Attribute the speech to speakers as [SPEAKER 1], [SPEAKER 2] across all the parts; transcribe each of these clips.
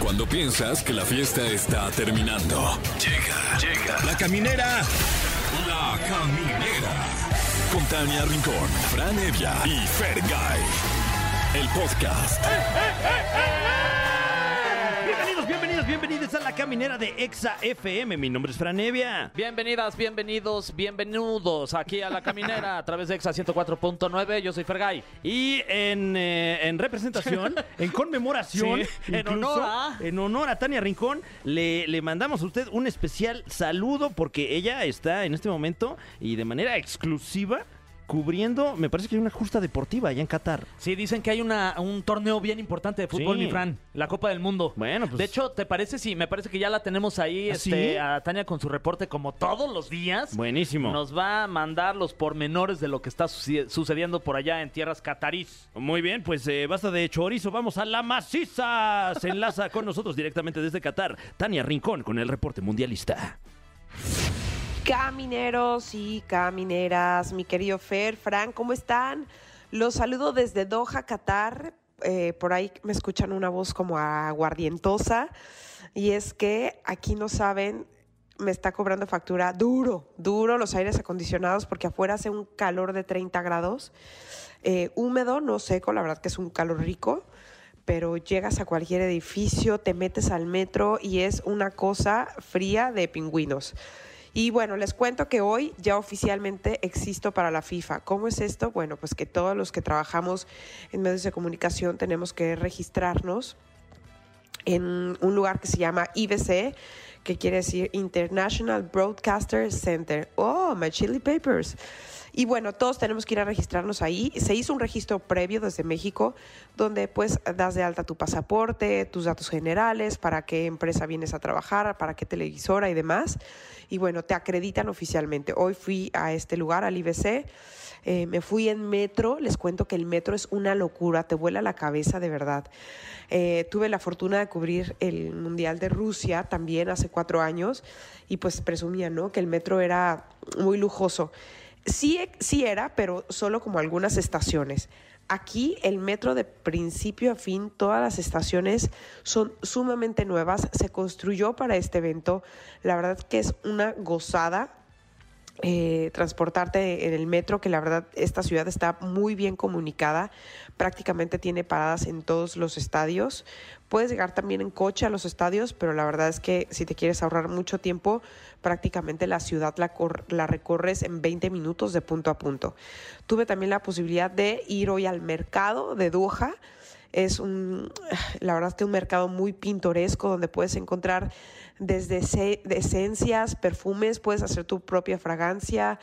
[SPEAKER 1] Cuando piensas que la fiesta está terminando. Llega, llega. La caminera. La caminera. Con Tania Rincón, Fran Evia y Fer El podcast.
[SPEAKER 2] Bienvenidos, bienvenidos, bienvenidos a la caminera de Exa FM. Mi nombre es Fran Evia.
[SPEAKER 3] Bienvenidas, bienvenidos, bienvenidos aquí a La Caminera a través de Exa 104.9. Yo soy Fergay.
[SPEAKER 2] Y en, eh, en representación, en conmemoración,
[SPEAKER 3] Sí, en honor a-
[SPEAKER 2] en honor a Tania Rincón, le, le mandamos a usted un especial saludo porque ella está en este momento y de manera exclusiva cubriendo, me parece que hay una justa deportiva allá en Qatar.
[SPEAKER 3] Sí, dicen que hay una, un torneo bien importante de fútbol,
[SPEAKER 2] Sí.
[SPEAKER 3] mi Fran. La Copa del Mundo.
[SPEAKER 2] Bueno, pues-
[SPEAKER 3] De hecho, ¿te parece? Sí, me parece que ya la tenemos ahí
[SPEAKER 2] ¿Ah,
[SPEAKER 3] este,
[SPEAKER 2] sí?
[SPEAKER 3] a Tania con su reporte como todos los días.
[SPEAKER 2] Buenísimo.
[SPEAKER 3] Nos va a mandar los pormenores de lo que está suci- sucediendo por allá en tierras catarís.
[SPEAKER 2] Muy bien, pues eh, basta de chorizo, vamos a la maciza. Se enlaza con nosotros directamente desde Qatar, Tania Rincón con el reporte mundialista.
[SPEAKER 4] Camineros y camineras, mi querido Fer, Fran, ¿cómo están? Los saludo desde Doha, Qatar. Eh, por ahí me escuchan una voz como aguardientosa. Y es que aquí no saben, me está cobrando factura duro, duro los aires acondicionados porque afuera hace un calor de 30 grados. Eh, húmedo, no seco, la verdad que es un calor rico, pero llegas a cualquier edificio, te metes al metro y es una cosa fría de pingüinos. Y bueno, les cuento que hoy ya oficialmente existo para la FIFA. ¿Cómo es esto? Bueno, pues que todos los que trabajamos en medios de comunicación tenemos que registrarnos en un lugar que se llama IBC, que quiere decir International Broadcaster Center. Oh, my chili papers. Y bueno, todos tenemos que ir a registrarnos ahí. Se hizo un registro previo desde México, donde pues das de alta tu pasaporte, tus datos generales, para qué empresa vienes a trabajar, para qué televisora y demás. Y bueno, te acreditan oficialmente. Hoy fui a este lugar, al IBC. eh, me fui en metro, les cuento que el metro es una locura, te vuela la cabeza de verdad. Eh, tuve la fortuna de cubrir el Mundial de Rusia también hace cuatro años y pues presumía, ¿no? Que el metro era muy lujoso. Sí, e- sí era, pero solo como algunas estaciones. Aquí el metro de principio a fin, todas las estaciones son sumamente nuevas, se construyó para este evento, la verdad que es una gozada eh, transportarte en el metro, que la verdad esta ciudad está muy bien comunicada, prácticamente tiene paradas en todos los estadios. Puedes llegar también en coche a los estadios, pero la verdad es que si te quieres ahorrar mucho tiempo, prácticamente la ciudad la, cor- la recorres en 20 minutos de punto a punto. Tuve también la posibilidad de ir hoy al mercado de Doha. Es un, la verdad es que un mercado muy pintoresco donde puedes encontrar desde se- de esencias, perfumes, puedes hacer tu propia fragancia,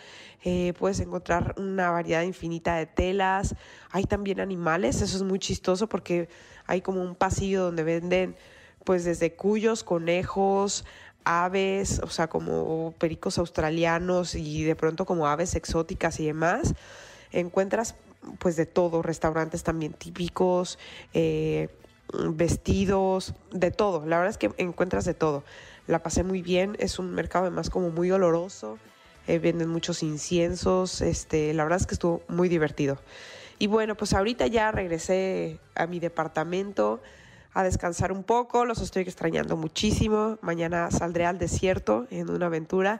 [SPEAKER 4] eh, puedes encontrar una variedad infinita de telas. Hay también animales, eso es muy chistoso porque hay como un pasillo donde venden pues desde cuyos, conejos, aves, o sea, como pericos australianos y de pronto como aves exóticas y demás. Encuentras pues de todo, restaurantes también típicos, eh, vestidos, de todo. La verdad es que encuentras de todo. La pasé muy bien, es un mercado además como muy oloroso, eh, venden muchos inciensos, este, la verdad es que estuvo muy divertido. Y bueno, pues ahorita ya regresé a mi departamento a descansar un poco, los estoy extrañando muchísimo. Mañana saldré al desierto en una aventura.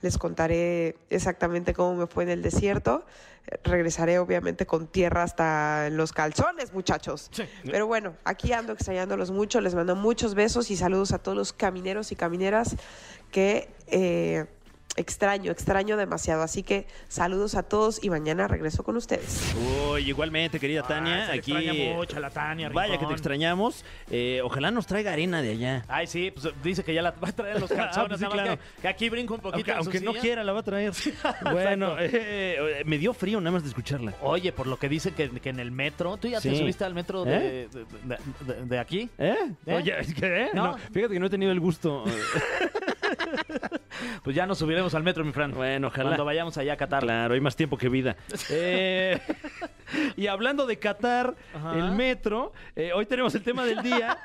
[SPEAKER 4] Les contaré exactamente cómo me fue en el desierto. Eh, Regresaré obviamente con tierra hasta en los calzones, muchachos. Pero bueno, aquí ando extrañándolos mucho. Les mando muchos besos y saludos a todos los camineros y camineras que eh, extraño, extraño demasiado. Así que saludos a todos y mañana regreso con ustedes.
[SPEAKER 2] Uy, igualmente, querida Tania,
[SPEAKER 3] Ah, se le
[SPEAKER 2] aquí.
[SPEAKER 3] extraña mucho a la Tania
[SPEAKER 2] Vaya que
[SPEAKER 3] Rincón.
[SPEAKER 2] te extrañamos. Eh, ojalá nos traiga arena de allá.
[SPEAKER 3] Ay, sí, pues dice que ya la va a traer en los
[SPEAKER 2] Ah, pues
[SPEAKER 3] calzones.
[SPEAKER 2] sí,
[SPEAKER 3] nada más
[SPEAKER 2] claro.
[SPEAKER 3] que, que aquí brinco un
[SPEAKER 2] Aunque,
[SPEAKER 3] poquito. en su
[SPEAKER 2] aunque no
[SPEAKER 3] silla.
[SPEAKER 2] quiera, la va a traer. bueno, eh, eh, me dio frío nada más de escucharla.
[SPEAKER 3] Oye, por lo que dicen que, que en el metro, ¿tú ya
[SPEAKER 2] Sí.
[SPEAKER 3] te subiste al metro de,
[SPEAKER 2] ¿Eh?
[SPEAKER 3] de- de- de- de aquí?
[SPEAKER 2] ¿Eh?
[SPEAKER 3] ¿Eh?
[SPEAKER 2] Oye, es que, ¿eh? No,
[SPEAKER 3] No.
[SPEAKER 2] fíjate que no he tenido el gusto.
[SPEAKER 3] Pues ya nos subiremos al metro, mi Fran.
[SPEAKER 2] bueno, ojalá.
[SPEAKER 3] Cuando vayamos allá a Qatar.
[SPEAKER 2] Claro, hay más tiempo que vida. Eh, y hablando de Qatar,
[SPEAKER 3] Ajá.
[SPEAKER 2] el metro, eh, hoy tenemos el tema del día.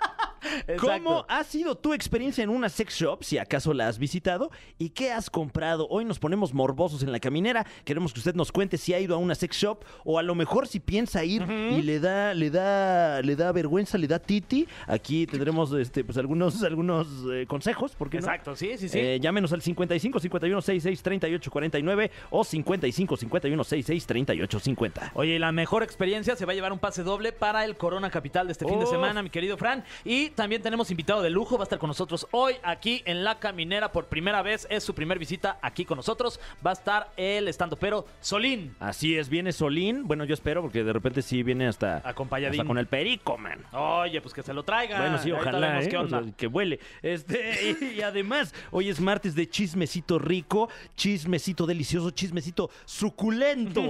[SPEAKER 2] ¿Cómo ha sido tu experiencia en una sex shop, si acaso la has visitado? ¿Y qué has comprado? Hoy nos ponemos morbosos en la caminera. Queremos que usted nos cuente si ha ido a una sex shop o a lo mejor si piensa ir y le da, le da, le da vergüenza, le da titi. Aquí tendremos este, pues, algunos, algunos eh, consejos, porque no?
[SPEAKER 3] Exacto, sí, sí, sí.
[SPEAKER 2] Eh, llámenos al 55 51 66 38 49 o 55 51 66 38 50.
[SPEAKER 3] Oye, y la mejor experiencia se va a llevar un pase doble para el Corona Capital de este fin de
[SPEAKER 2] Oh.
[SPEAKER 3] semana, mi querido Fran. Y también tenemos invitado de lujo, va a estar con nosotros hoy aquí en La Caminera por primera vez. Es su primer visita aquí con nosotros. Va a estar el estandopero Solín.
[SPEAKER 2] Así es, viene Solín. Bueno, yo espero porque de repente sí viene hasta,
[SPEAKER 3] Acompañadín.
[SPEAKER 2] hasta con el perico, man.
[SPEAKER 3] Oye, pues que se lo traigan.
[SPEAKER 2] Bueno, sí,
[SPEAKER 3] Ahorita
[SPEAKER 2] ojalá,
[SPEAKER 3] vemos
[SPEAKER 2] ¿eh?
[SPEAKER 3] qué
[SPEAKER 2] O
[SPEAKER 3] onda.
[SPEAKER 2] sea, que huele. Este, y, y además, hoy es martes de chismecito rico, chismecito delicioso, chismecito suculento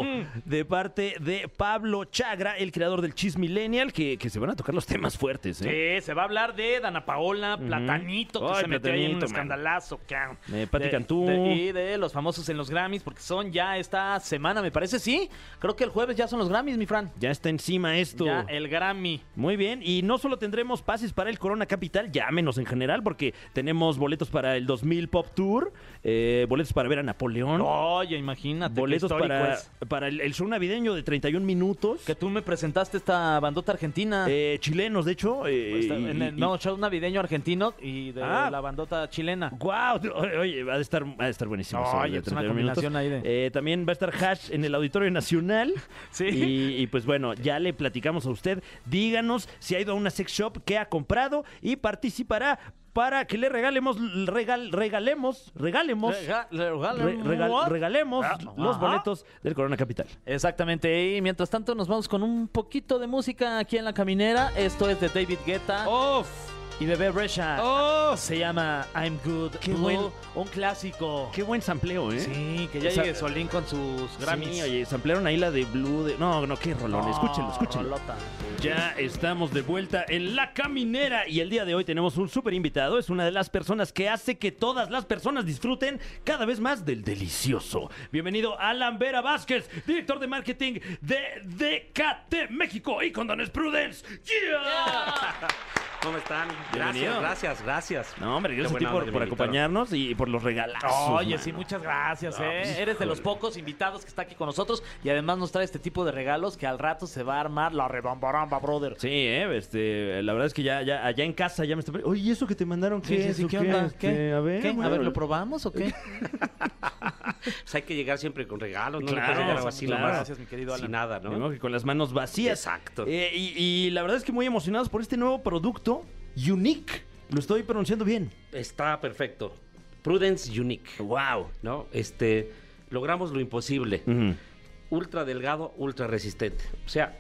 [SPEAKER 2] de parte de Pablo Chagra, el creador del Cheese Millennial, que, que se van a tocar los temas fuertes. ¿eh?
[SPEAKER 3] Sí, se va a hablar de Dana Paola, Platanito, que
[SPEAKER 2] Ay,
[SPEAKER 3] se metió ahí en un
[SPEAKER 2] Platanito, man.
[SPEAKER 3] escandalazo. cabrón.
[SPEAKER 2] Eh, Pati
[SPEAKER 3] De-
[SPEAKER 2] Cantú.
[SPEAKER 3] de- y de los famosos en los Grammys, porque son ya esta semana, me parece, sí. Creo que el jueves ya son los Grammys, mi Fran.
[SPEAKER 2] Ya está encima esto.
[SPEAKER 3] Ya, el Grammy.
[SPEAKER 2] Muy bien, y no solo tendremos pases para el Corona Capital, llámenos en general, porque tenemos boletos para el 2000 Pop Tour, eh, boletos para ver a Napoleón,
[SPEAKER 3] Oye, imagínate. qué
[SPEAKER 2] boletos
[SPEAKER 3] histórico
[SPEAKER 2] para,
[SPEAKER 3] es.
[SPEAKER 2] para el, el show navideño de 31 minutos,
[SPEAKER 3] Que tú me presentaste esta bandota argentina.
[SPEAKER 2] eh, chilenos, de hecho. eh,
[SPEAKER 3] Esta-
[SPEAKER 2] y-
[SPEAKER 3] Pues, en el-
[SPEAKER 2] y-
[SPEAKER 3] no, show navideño argentino y de
[SPEAKER 2] Ah.
[SPEAKER 3] la bandota chilena.
[SPEAKER 2] ¡Guau! O- Oye, va a estar, va a estar buenísimo. eso
[SPEAKER 3] Oye,
[SPEAKER 2] de
[SPEAKER 3] pues una
[SPEAKER 2] 31 minutos.
[SPEAKER 3] combinación ahí de-
[SPEAKER 2] Eh, también va a estar Hash en el Auditorio Nacional.
[SPEAKER 3] Sí.
[SPEAKER 2] Y, y, pues bueno, ya le platicamos a usted. Díganos si ha ido a una sex shop, qué ha comprado y participará para que le regalemos, regal, regalemos, regalemos,
[SPEAKER 3] Rega- regala-
[SPEAKER 2] re- regal-
[SPEAKER 3] what?
[SPEAKER 2] regalemos
[SPEAKER 3] Ah,
[SPEAKER 2] los
[SPEAKER 3] ajá.
[SPEAKER 2] boletos del Corona Capital.
[SPEAKER 3] Exactamente, y mientras tanto nos vamos con un poquito de música aquí en la caminera. Esto es de David Guetta
[SPEAKER 2] ¡Off!
[SPEAKER 3] y Bebé Brescia.
[SPEAKER 2] ¡Off!
[SPEAKER 3] Se llama I'm Good
[SPEAKER 2] Qué
[SPEAKER 3] Blue,
[SPEAKER 2] buen-
[SPEAKER 3] un clásico.
[SPEAKER 2] ¡Qué buen sampleo, eh!
[SPEAKER 3] Sí, que ya
[SPEAKER 2] Esa-
[SPEAKER 3] llegue Solín con sus Grammys.
[SPEAKER 2] Sí, oye, samplearon ahí la de Blue. de- No, no, qué rolón.
[SPEAKER 3] No,
[SPEAKER 2] escúchenlo, escúchenlo.
[SPEAKER 3] rolota.
[SPEAKER 2] Ya estamos de vuelta en La Caminera y el día de hoy tenemos un súper invitado. Es una de las personas que hace que todas las personas disfruten cada vez más del delicioso. Bienvenido Alan Vera Vázquez, director de marketing de DKT México y con Don Prudence. ¡Yeah!
[SPEAKER 5] ¿Cómo están?
[SPEAKER 2] Bienvenido.
[SPEAKER 5] Gracias, gracias, gracias.
[SPEAKER 2] No, hombre, gracias
[SPEAKER 5] Qué
[SPEAKER 2] a ti
[SPEAKER 5] buena
[SPEAKER 2] por,
[SPEAKER 5] onda que
[SPEAKER 2] por
[SPEAKER 5] me invitaron.
[SPEAKER 2] acompañarnos y por los regalos.
[SPEAKER 3] Oye, sí, muchas gracias, ¿eh?
[SPEAKER 2] pues,
[SPEAKER 3] Eres de los pocos invitados que está aquí con nosotros y además nos trae este tipo de regalos que al rato se va a armar la rebambaramba, brother.
[SPEAKER 2] Sí, eh, este, la verdad es que ya, ya allá en casa ya me está. Oye, ¿y eso que te mandaron qué? es? ¿O Este, a ver,
[SPEAKER 3] ¿Qué?
[SPEAKER 2] bueno.
[SPEAKER 3] ¿lo probamos o qué?
[SPEAKER 5] Pues hay que llegar siempre con regalos, ¿no?
[SPEAKER 2] Claro,
[SPEAKER 5] le puedes llegar así
[SPEAKER 2] claro.
[SPEAKER 5] nomás,
[SPEAKER 3] Gracias, mi querido Alan.
[SPEAKER 5] Sin nada,
[SPEAKER 2] Ni modo
[SPEAKER 5] ¿no?
[SPEAKER 2] que con las manos vacías.
[SPEAKER 5] Exacto.
[SPEAKER 2] Eh, y, y la verdad es que muy emocionados por este nuevo producto, Unique. Lo estoy pronunciando bien.
[SPEAKER 5] Está perfecto. Prudence Unique,
[SPEAKER 2] ¡Wow!
[SPEAKER 5] ¿no? Este, logramos lo imposible.
[SPEAKER 2] Mm.
[SPEAKER 5] Ultra delgado, ultra resistente. O sea,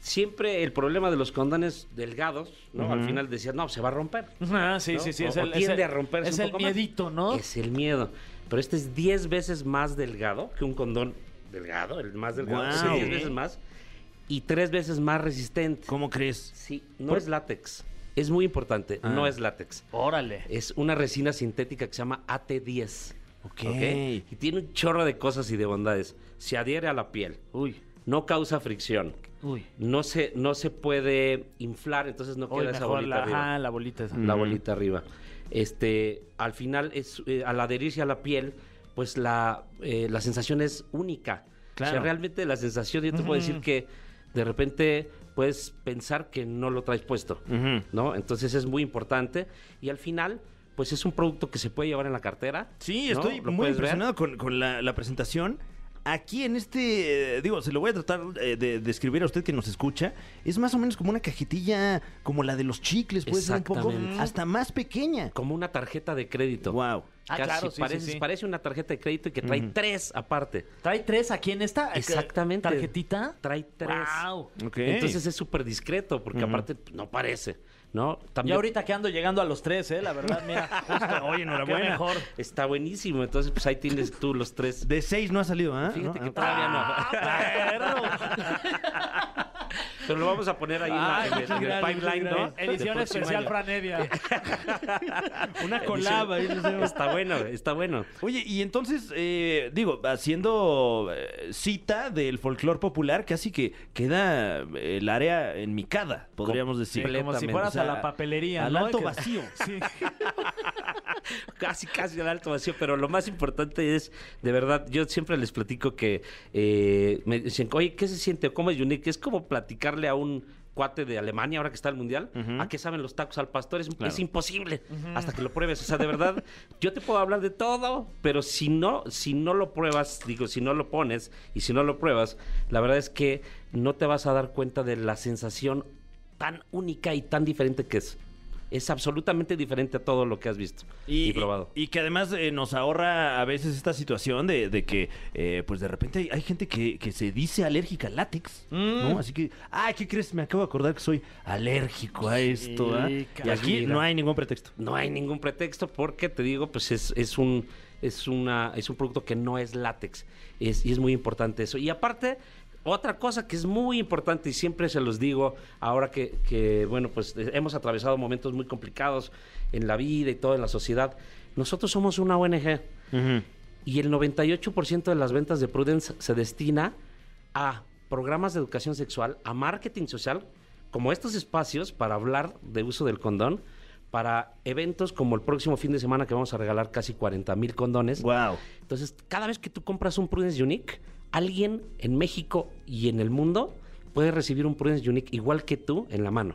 [SPEAKER 5] siempre el problema de los condones delgados, ¿no? Al final decías, no, se va a romper.
[SPEAKER 3] Ah, sí,
[SPEAKER 5] ¿no?
[SPEAKER 3] sí, sí.
[SPEAKER 5] O-
[SPEAKER 3] Es
[SPEAKER 5] o
[SPEAKER 3] el, es
[SPEAKER 5] tiende
[SPEAKER 3] el-
[SPEAKER 5] a romperse
[SPEAKER 3] Es
[SPEAKER 5] un
[SPEAKER 3] el
[SPEAKER 5] poco más.
[SPEAKER 3] miedito, ¿no?
[SPEAKER 5] Es el miedo. Pero este es 10 veces más delgado que un condón delgado, el más delgado.
[SPEAKER 2] Guau.
[SPEAKER 5] sí, 10
[SPEAKER 2] Sí.
[SPEAKER 5] veces más. Y 3 veces más resistente.
[SPEAKER 2] ¿Cómo crees?
[SPEAKER 5] Sí, no es látex. Es muy importante,
[SPEAKER 2] Ah.
[SPEAKER 5] no es látex.
[SPEAKER 3] Órale.
[SPEAKER 5] Es una resina sintética que se llama AT10.
[SPEAKER 2] Ok.
[SPEAKER 5] ¿ok? Y tiene un chorro de cosas y de bondades. Se adhiere a la piel.
[SPEAKER 3] Uy,
[SPEAKER 5] No causa fricción.
[SPEAKER 3] uy.
[SPEAKER 5] No se, no se puede inflar, entonces no
[SPEAKER 3] Uy,
[SPEAKER 5] queda esa
[SPEAKER 3] mejor
[SPEAKER 5] bolita
[SPEAKER 3] la,
[SPEAKER 5] arriba
[SPEAKER 3] ajá, la bolita esa.
[SPEAKER 5] la bolita arriba. Este, al final, es, eh, al adherirse a la piel, pues la, eh, la sensación es única.
[SPEAKER 2] Claro.
[SPEAKER 5] O sea, realmente la sensación, yo te puedo decir que de repente puedes pensar que no lo traes puesto,
[SPEAKER 2] Ujú.
[SPEAKER 5] ¿no? Entonces es muy importante. Y al final, pues es un producto que se puede llevar en la cartera.
[SPEAKER 2] Sí,
[SPEAKER 5] ¿no?
[SPEAKER 2] estoy
[SPEAKER 5] Lo
[SPEAKER 2] muy
[SPEAKER 5] puedes ver.
[SPEAKER 2] impresionado con, con la, la presentación. Aquí en este, eh, digo, se lo voy a tratar eh, de describir a usted que nos escucha. Es más o menos como una cajetilla, como la de los chicles, puede ser un poco,
[SPEAKER 5] Exactamente.
[SPEAKER 2] hasta más pequeña.
[SPEAKER 5] Como una tarjeta de crédito.
[SPEAKER 2] Wow.
[SPEAKER 3] Ah,
[SPEAKER 5] Casi
[SPEAKER 3] claro, sí, sí,
[SPEAKER 5] parece,
[SPEAKER 3] sí.
[SPEAKER 5] parece una tarjeta de crédito y que trae tres aparte.
[SPEAKER 3] ¿Trae tres aquí en esta? eh,
[SPEAKER 5] Exactamente.
[SPEAKER 3] ¿Tarjetita?
[SPEAKER 5] Trae tres.
[SPEAKER 3] Wow.
[SPEAKER 2] Ok.
[SPEAKER 5] Entonces es súper discreto, porque aparte pues, no parece, ¿no?
[SPEAKER 3] Ya
[SPEAKER 5] También
[SPEAKER 3] ahorita que ando llegando a los tres, ¿eh? La verdad, mira. justo.
[SPEAKER 2] Oye, enhorabuena.
[SPEAKER 3] Qué mejor.
[SPEAKER 5] está buenísimo, entonces pues ahí tienes tú los tres.
[SPEAKER 2] de seis no ha salido, ¿ah?
[SPEAKER 5] Fíjate
[SPEAKER 2] ¿No?
[SPEAKER 5] que
[SPEAKER 2] Ah,
[SPEAKER 5] todavía no.
[SPEAKER 3] Ah, perro.
[SPEAKER 5] Pero lo vamos a poner ahí en la-
[SPEAKER 3] Ah,
[SPEAKER 5] en,
[SPEAKER 6] Ay,
[SPEAKER 5] el- en el
[SPEAKER 6] genial,
[SPEAKER 5] pipeline, ¿no?
[SPEAKER 6] genial.
[SPEAKER 5] Del
[SPEAKER 6] Edición
[SPEAKER 5] próximo
[SPEAKER 6] especial
[SPEAKER 5] año. Eh,
[SPEAKER 6] Franevia. Una colaba. ahí les digo.
[SPEAKER 5] Está bueno, está bueno.
[SPEAKER 2] Oye, y entonces, eh, digo, haciendo eh, cita del folclore popular, casi que queda eh, el área enmicada, podríamos
[SPEAKER 6] Sí,
[SPEAKER 2] decir.
[SPEAKER 6] como si fueras
[SPEAKER 2] O sea,
[SPEAKER 6] a la papelería.
[SPEAKER 2] al
[SPEAKER 6] ¿no?
[SPEAKER 2] alto
[SPEAKER 6] Que-
[SPEAKER 2] vacío.
[SPEAKER 6] Sí.
[SPEAKER 5] Casi, casi al alto vacío, pero lo más importante es, de verdad, yo siempre les platico que eh, me dicen, oye, ¿qué se siente? ¿Cómo es Unique? Es como platicarle a un cuate de Alemania, ahora que está el Mundial, ¿a qué saben los tacos al pastor? Es, es imposible hasta que lo pruebes. O sea, de verdad, yo te puedo hablar de todo, pero si no, si no lo pruebas, digo, si no lo pones y si no lo pruebas, la verdad es que no te vas a dar cuenta de la sensación tan única y tan diferente que es. Es absolutamente diferente a todo lo que has visto y, probado.
[SPEAKER 2] y que además eh, nos ahorra a veces esta situación de, de que, eh, pues de repente hay, hay gente que, que se dice alérgica al látex,
[SPEAKER 6] Mm.
[SPEAKER 2] ¿no? Así que, ay, ¿qué crees? Me acabo de acordar que soy alérgico a esto, ¿ah? Y
[SPEAKER 5] caray,
[SPEAKER 2] aquí
[SPEAKER 5] mira.
[SPEAKER 2] no hay ningún pretexto.
[SPEAKER 5] no hay ningún pretexto porque te digo, pues es, es un es una es un producto que no es látex. Es, y es muy importante eso. Y aparte, otra cosa que es muy importante, y siempre se los digo, ahora que, que, bueno, pues eh, hemos atravesado momentos muy complicados en la vida y todo en la sociedad. Nosotros somos una ONG y el 98% de las ventas de Prudence se destina a programas de educación sexual, a marketing social, como estos espacios para hablar de uso del condón, para eventos como el próximo fin de semana que vamos a regalar casi 40 mil condones.
[SPEAKER 2] Wow.
[SPEAKER 5] Entonces, cada vez que tú compras un Prudence Unique, alguien en México y en el mundo puede recibir un Prudence Unique igual que tú en la mano.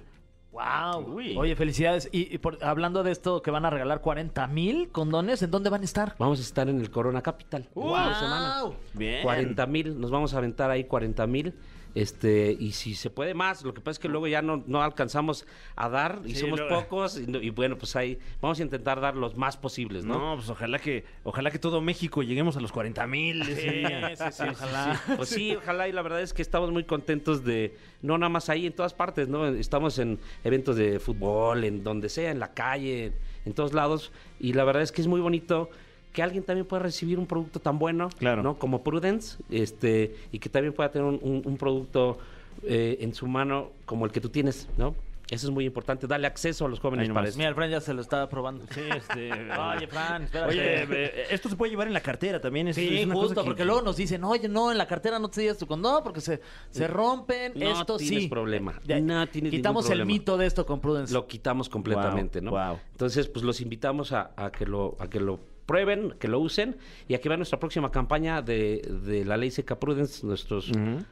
[SPEAKER 3] ¡Wow! Oye, felicidades. Y, y por- hablando de esto, que van a regalar 40 mil condones, ¿en dónde van a estar?
[SPEAKER 5] Vamos a estar en el Corona Capital. el fin de semana.
[SPEAKER 2] Bien.
[SPEAKER 5] 40 mil, nos vamos a aventar ahí 40 mil. Este, y si se puede más, lo que pasa es que luego ya no, no alcanzamos a dar y somos pocos. Y, no- y bueno, pues ahí vamos a intentar dar los más posibles, ¿no?
[SPEAKER 2] No, pues ojalá que, ojalá que todo México lleguemos a los 40 mil.
[SPEAKER 6] ojalá.
[SPEAKER 5] Pues sí, ojalá y la verdad es que estamos muy contentos de, no nada más ahí, en todas partes, ¿no? Estamos en eventos de fútbol, en donde sea, en la calle, en todos lados, y la verdad es que es muy bonito que alguien también pueda recibir un producto tan bueno,
[SPEAKER 2] Claro.
[SPEAKER 5] ¿no? Como Prudence, este, y que también pueda tener un, un- un producto eh, en su mano como el que tú tienes, ¿no? Eso es muy importante, darle acceso a los jóvenes
[SPEAKER 2] Ahí nomás.
[SPEAKER 5] para
[SPEAKER 3] Pues,
[SPEAKER 5] esto.
[SPEAKER 3] Mira, el Fran ya se lo está probando. Sí, este... Oye, Fran, espérate.
[SPEAKER 2] Oye, eh, esto se puede llevar en la cartera también. es-
[SPEAKER 3] Sí,
[SPEAKER 2] es una
[SPEAKER 3] justo,
[SPEAKER 2] cosa que-
[SPEAKER 3] porque luego nos dicen, oye, no, en la cartera no te llevas tu condón porque se, se rompen.
[SPEAKER 5] No
[SPEAKER 3] esto
[SPEAKER 5] tienes
[SPEAKER 3] sí.
[SPEAKER 5] problema.
[SPEAKER 3] Ya,
[SPEAKER 5] No tienes ningún
[SPEAKER 3] Quitamos el
[SPEAKER 5] problema.
[SPEAKER 3] mito de esto con Prudence.
[SPEAKER 5] lo quitamos completamente,
[SPEAKER 2] Guau,
[SPEAKER 5] ¿no?
[SPEAKER 2] guau.
[SPEAKER 5] Entonces, pues los invitamos a, a que lo, a que lo prueben, que lo usen y a que vean nuestra próxima campaña de, de la ley Seca Prudence, nuestros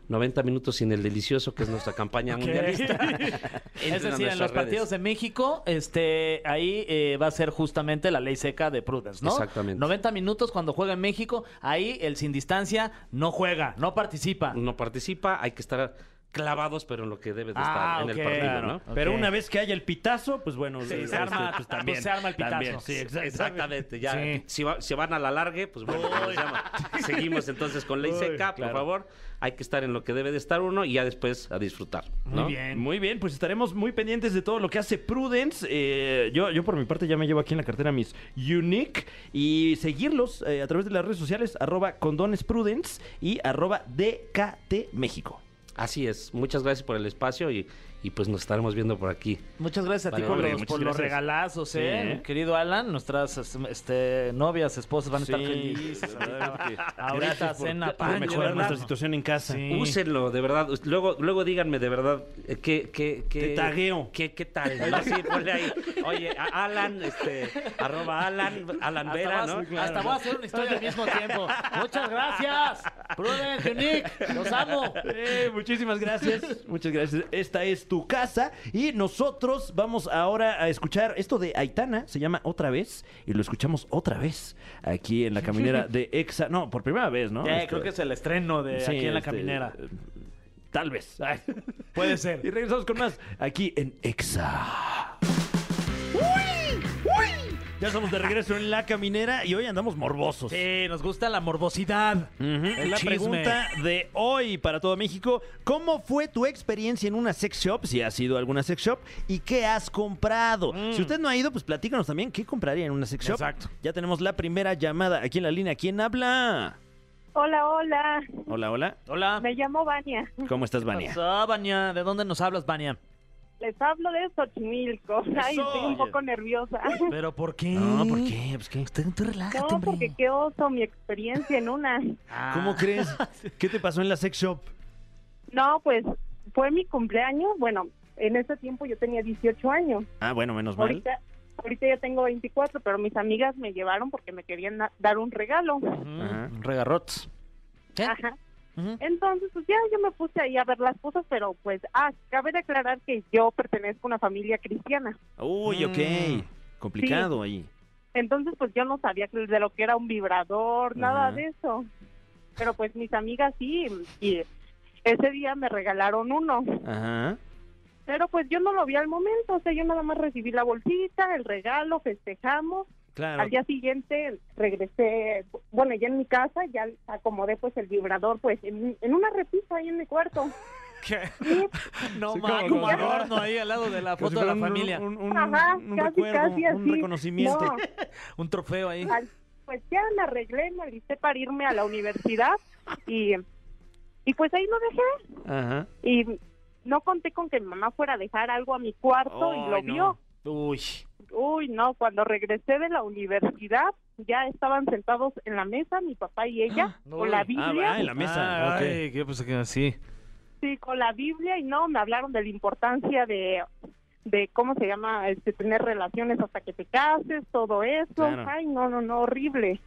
[SPEAKER 5] 90 minutos sin el delicioso, que es nuestra campaña mundialista. Entren
[SPEAKER 3] es decir, en
[SPEAKER 5] a
[SPEAKER 3] los
[SPEAKER 5] nuestras redes.
[SPEAKER 3] partidos de México, este, ahí eh, va a ser justamente la ley seca de Prudence, ¿no?
[SPEAKER 5] Exactamente.
[SPEAKER 3] 90 minutos cuando juega en México, ahí el sin distancia no juega, no participa.
[SPEAKER 5] No participa, hay que estar clavados, pero en lo que debes de estar
[SPEAKER 3] Ah,
[SPEAKER 5] en
[SPEAKER 3] ok,
[SPEAKER 5] el partido,
[SPEAKER 3] claro.
[SPEAKER 5] ¿no?
[SPEAKER 2] Pero
[SPEAKER 3] Ok.
[SPEAKER 2] una vez que haya el pitazo, pues bueno,
[SPEAKER 6] Sí,
[SPEAKER 2] eh,
[SPEAKER 6] se arma-
[SPEAKER 2] este, pues también.
[SPEAKER 6] pues se arma el pitazo.
[SPEAKER 2] también, sí, exacto.
[SPEAKER 5] Exactamente, ya.
[SPEAKER 3] Sí.
[SPEAKER 5] Si, va- si van a la largue, pues bueno, ¿cómo se llama? seguimos entonces con ley seca, por favor. Hay que estar en lo que debe de estar uno y ya después a disfrutar. ¿no?
[SPEAKER 2] Muy bien, pues estaremos muy pendientes de todo lo que hace Prudence. Eh, yo, yo por mi parte ya me llevo aquí en la cartera mis Unique y seguirlos eh, a través de las redes sociales arroba condones Prudence y arroba DKT México.
[SPEAKER 5] Así es, muchas gracias por el espacio y, y pues nos estaremos viendo por aquí.
[SPEAKER 3] Muchas gracias a ti
[SPEAKER 5] Vale,
[SPEAKER 3] por,
[SPEAKER 5] hombre,
[SPEAKER 3] los,
[SPEAKER 5] muchas
[SPEAKER 3] por los
[SPEAKER 5] gracias.
[SPEAKER 3] regalazos, ¿eh?
[SPEAKER 2] Sí.
[SPEAKER 3] Querido Alan, nuestras es- este, novias, esposas van a estar
[SPEAKER 2] Sí,
[SPEAKER 3] felices.
[SPEAKER 2] la verdad
[SPEAKER 3] ahorita.
[SPEAKER 2] que
[SPEAKER 3] Ahorita
[SPEAKER 2] gracias por-
[SPEAKER 3] cena,
[SPEAKER 2] por
[SPEAKER 3] pan,
[SPEAKER 2] mejorar
[SPEAKER 3] ¿verdad?
[SPEAKER 2] nuestra situación en casa.
[SPEAKER 3] Sí.
[SPEAKER 5] Úsenlo, de verdad. Us- Luego, luego díganme de verdad eh, qué, qué, qué.
[SPEAKER 2] Te tagueo.
[SPEAKER 5] ¿Qué, qué tal? ¿no? Sí, ponle ahí. Oye, a- Alan, este, arroba Alan, Alan
[SPEAKER 3] Hasta,
[SPEAKER 5] Vera,
[SPEAKER 3] vas-
[SPEAKER 5] ¿no?
[SPEAKER 3] hasta voy a hacer una historia al mismo tiempo. Muchas gracias. Prudence, Nick, los amo.
[SPEAKER 2] Eh, muchísimas gracias. Muchas gracias. Esta es tu casa. Y nosotros vamos ahora a escuchar esto de Aitana. Se llama Otra vez. Y lo escuchamos otra vez aquí en la caminera de Exa. No, por primera vez, ¿no?
[SPEAKER 6] Eh,
[SPEAKER 3] pues
[SPEAKER 2] Este,
[SPEAKER 6] creo que es el estreno de
[SPEAKER 2] sí,
[SPEAKER 6] aquí en la
[SPEAKER 2] este,
[SPEAKER 6] caminera.
[SPEAKER 2] eh, Tal vez. Ay.
[SPEAKER 6] Puede
[SPEAKER 2] Y
[SPEAKER 6] ser.
[SPEAKER 2] regresamos con más aquí en Exa. Ya estamos de regreso en la caminera y hoy andamos morbosos.
[SPEAKER 6] Sí, nos gusta la morbosidad.
[SPEAKER 2] Ujú.
[SPEAKER 6] El
[SPEAKER 2] La
[SPEAKER 6] chisme.
[SPEAKER 2] pregunta de hoy para todo México, ¿cómo fue tu experiencia en una sex shop, si has ido a alguna sex shop, y qué has comprado? Si usted no ha ido, pues platícanos también qué compraría en una sex shop.
[SPEAKER 6] Mm. Exacto.
[SPEAKER 2] Ya tenemos la primera llamada aquí en la línea. ¿Quién habla?
[SPEAKER 7] Hola, hola.
[SPEAKER 2] Hola, hola.
[SPEAKER 3] Hola.
[SPEAKER 7] Me llamo Vania.
[SPEAKER 2] ¿Cómo estás,
[SPEAKER 3] ¿Qué
[SPEAKER 2] Vania?
[SPEAKER 3] pasó, Vania? ¿De dónde nos hablas, Vania?
[SPEAKER 7] Les hablo de Xochimilco. Ay,
[SPEAKER 3] Eso.
[SPEAKER 7] estoy un poco nerviosa.
[SPEAKER 3] ¿Pero por qué?
[SPEAKER 2] No, ¿por qué? Pues que usted
[SPEAKER 7] No, porque qué oso mi experiencia en una.
[SPEAKER 3] Ah.
[SPEAKER 2] ¿Cómo crees? ¿Qué te pasó en la sex shop?
[SPEAKER 7] No, pues fue mi cumpleaños. Bueno, en ese tiempo yo tenía 18 años.
[SPEAKER 2] Ah, bueno, menos mal.
[SPEAKER 7] Ahorita, ahorita ya tengo 24, pero mis amigas me llevaron porque me querían na- dar un regalo.
[SPEAKER 3] Mm,
[SPEAKER 2] Ajá.
[SPEAKER 3] Regarrots. ¿Qué?
[SPEAKER 7] Ajá.
[SPEAKER 3] Ujú.
[SPEAKER 7] Entonces, pues ya yo me puse ahí a ver las cosas, pero pues, ah, cabe declarar que yo pertenezco a una familia cristiana.
[SPEAKER 2] Uy, ok. Mm. Complicado ahí.
[SPEAKER 7] Entonces, pues yo no sabía que- de lo que era un vibrador, nada
[SPEAKER 2] Ajá.
[SPEAKER 7] de eso. Pero pues mis amigas sí, y ese día me regalaron uno.
[SPEAKER 2] Ajá.
[SPEAKER 7] Pero pues yo no lo vi al momento, o sea, yo nada más recibí la bolsita, el regalo, festejamos.
[SPEAKER 2] Claro.
[SPEAKER 7] Al día siguiente regresé, bueno, ya en mi casa, ya acomodé pues el vibrador, pues en, en una repisa ahí en mi cuarto.
[SPEAKER 3] ¿Qué?
[SPEAKER 7] Sí,
[SPEAKER 3] No
[SPEAKER 2] Sí,
[SPEAKER 3] mames,
[SPEAKER 2] como-
[SPEAKER 3] como
[SPEAKER 2] como-
[SPEAKER 3] adorno ahí al lado de la
[SPEAKER 2] Como si
[SPEAKER 3] foto de la
[SPEAKER 2] fuera pues un-
[SPEAKER 3] familia.
[SPEAKER 2] Un, un-
[SPEAKER 7] Ajá,
[SPEAKER 2] un
[SPEAKER 7] casi,
[SPEAKER 2] recuerdo,
[SPEAKER 7] casi
[SPEAKER 2] un
[SPEAKER 7] así.
[SPEAKER 2] reconocimiento.
[SPEAKER 7] No.
[SPEAKER 3] Un trofeo ahí.
[SPEAKER 7] Al- pues ya me arreglé, me alisté para irme a la universidad y, y pues ahí lo dejé.
[SPEAKER 2] Ajá.
[SPEAKER 7] Y no conté con que mi mamá fuera a dejar algo a mi cuarto y lo
[SPEAKER 3] Ay, no.
[SPEAKER 7] vio.
[SPEAKER 3] Uy.
[SPEAKER 7] Uy, no, cuando regresé de la universidad ya estaban sentados en la mesa mi papá y ella
[SPEAKER 3] No,
[SPEAKER 7] con la
[SPEAKER 3] ay.
[SPEAKER 2] Ah,
[SPEAKER 7] Biblia.
[SPEAKER 2] va, en la mesa. ok.
[SPEAKER 3] Ay, qué pues que así.
[SPEAKER 7] Sí, con la Biblia y no, me hablaron de la importancia de de cómo se llama este tener relaciones hasta que te cases, todo eso.
[SPEAKER 2] Claro.
[SPEAKER 7] Ay, no, no, no, horrible.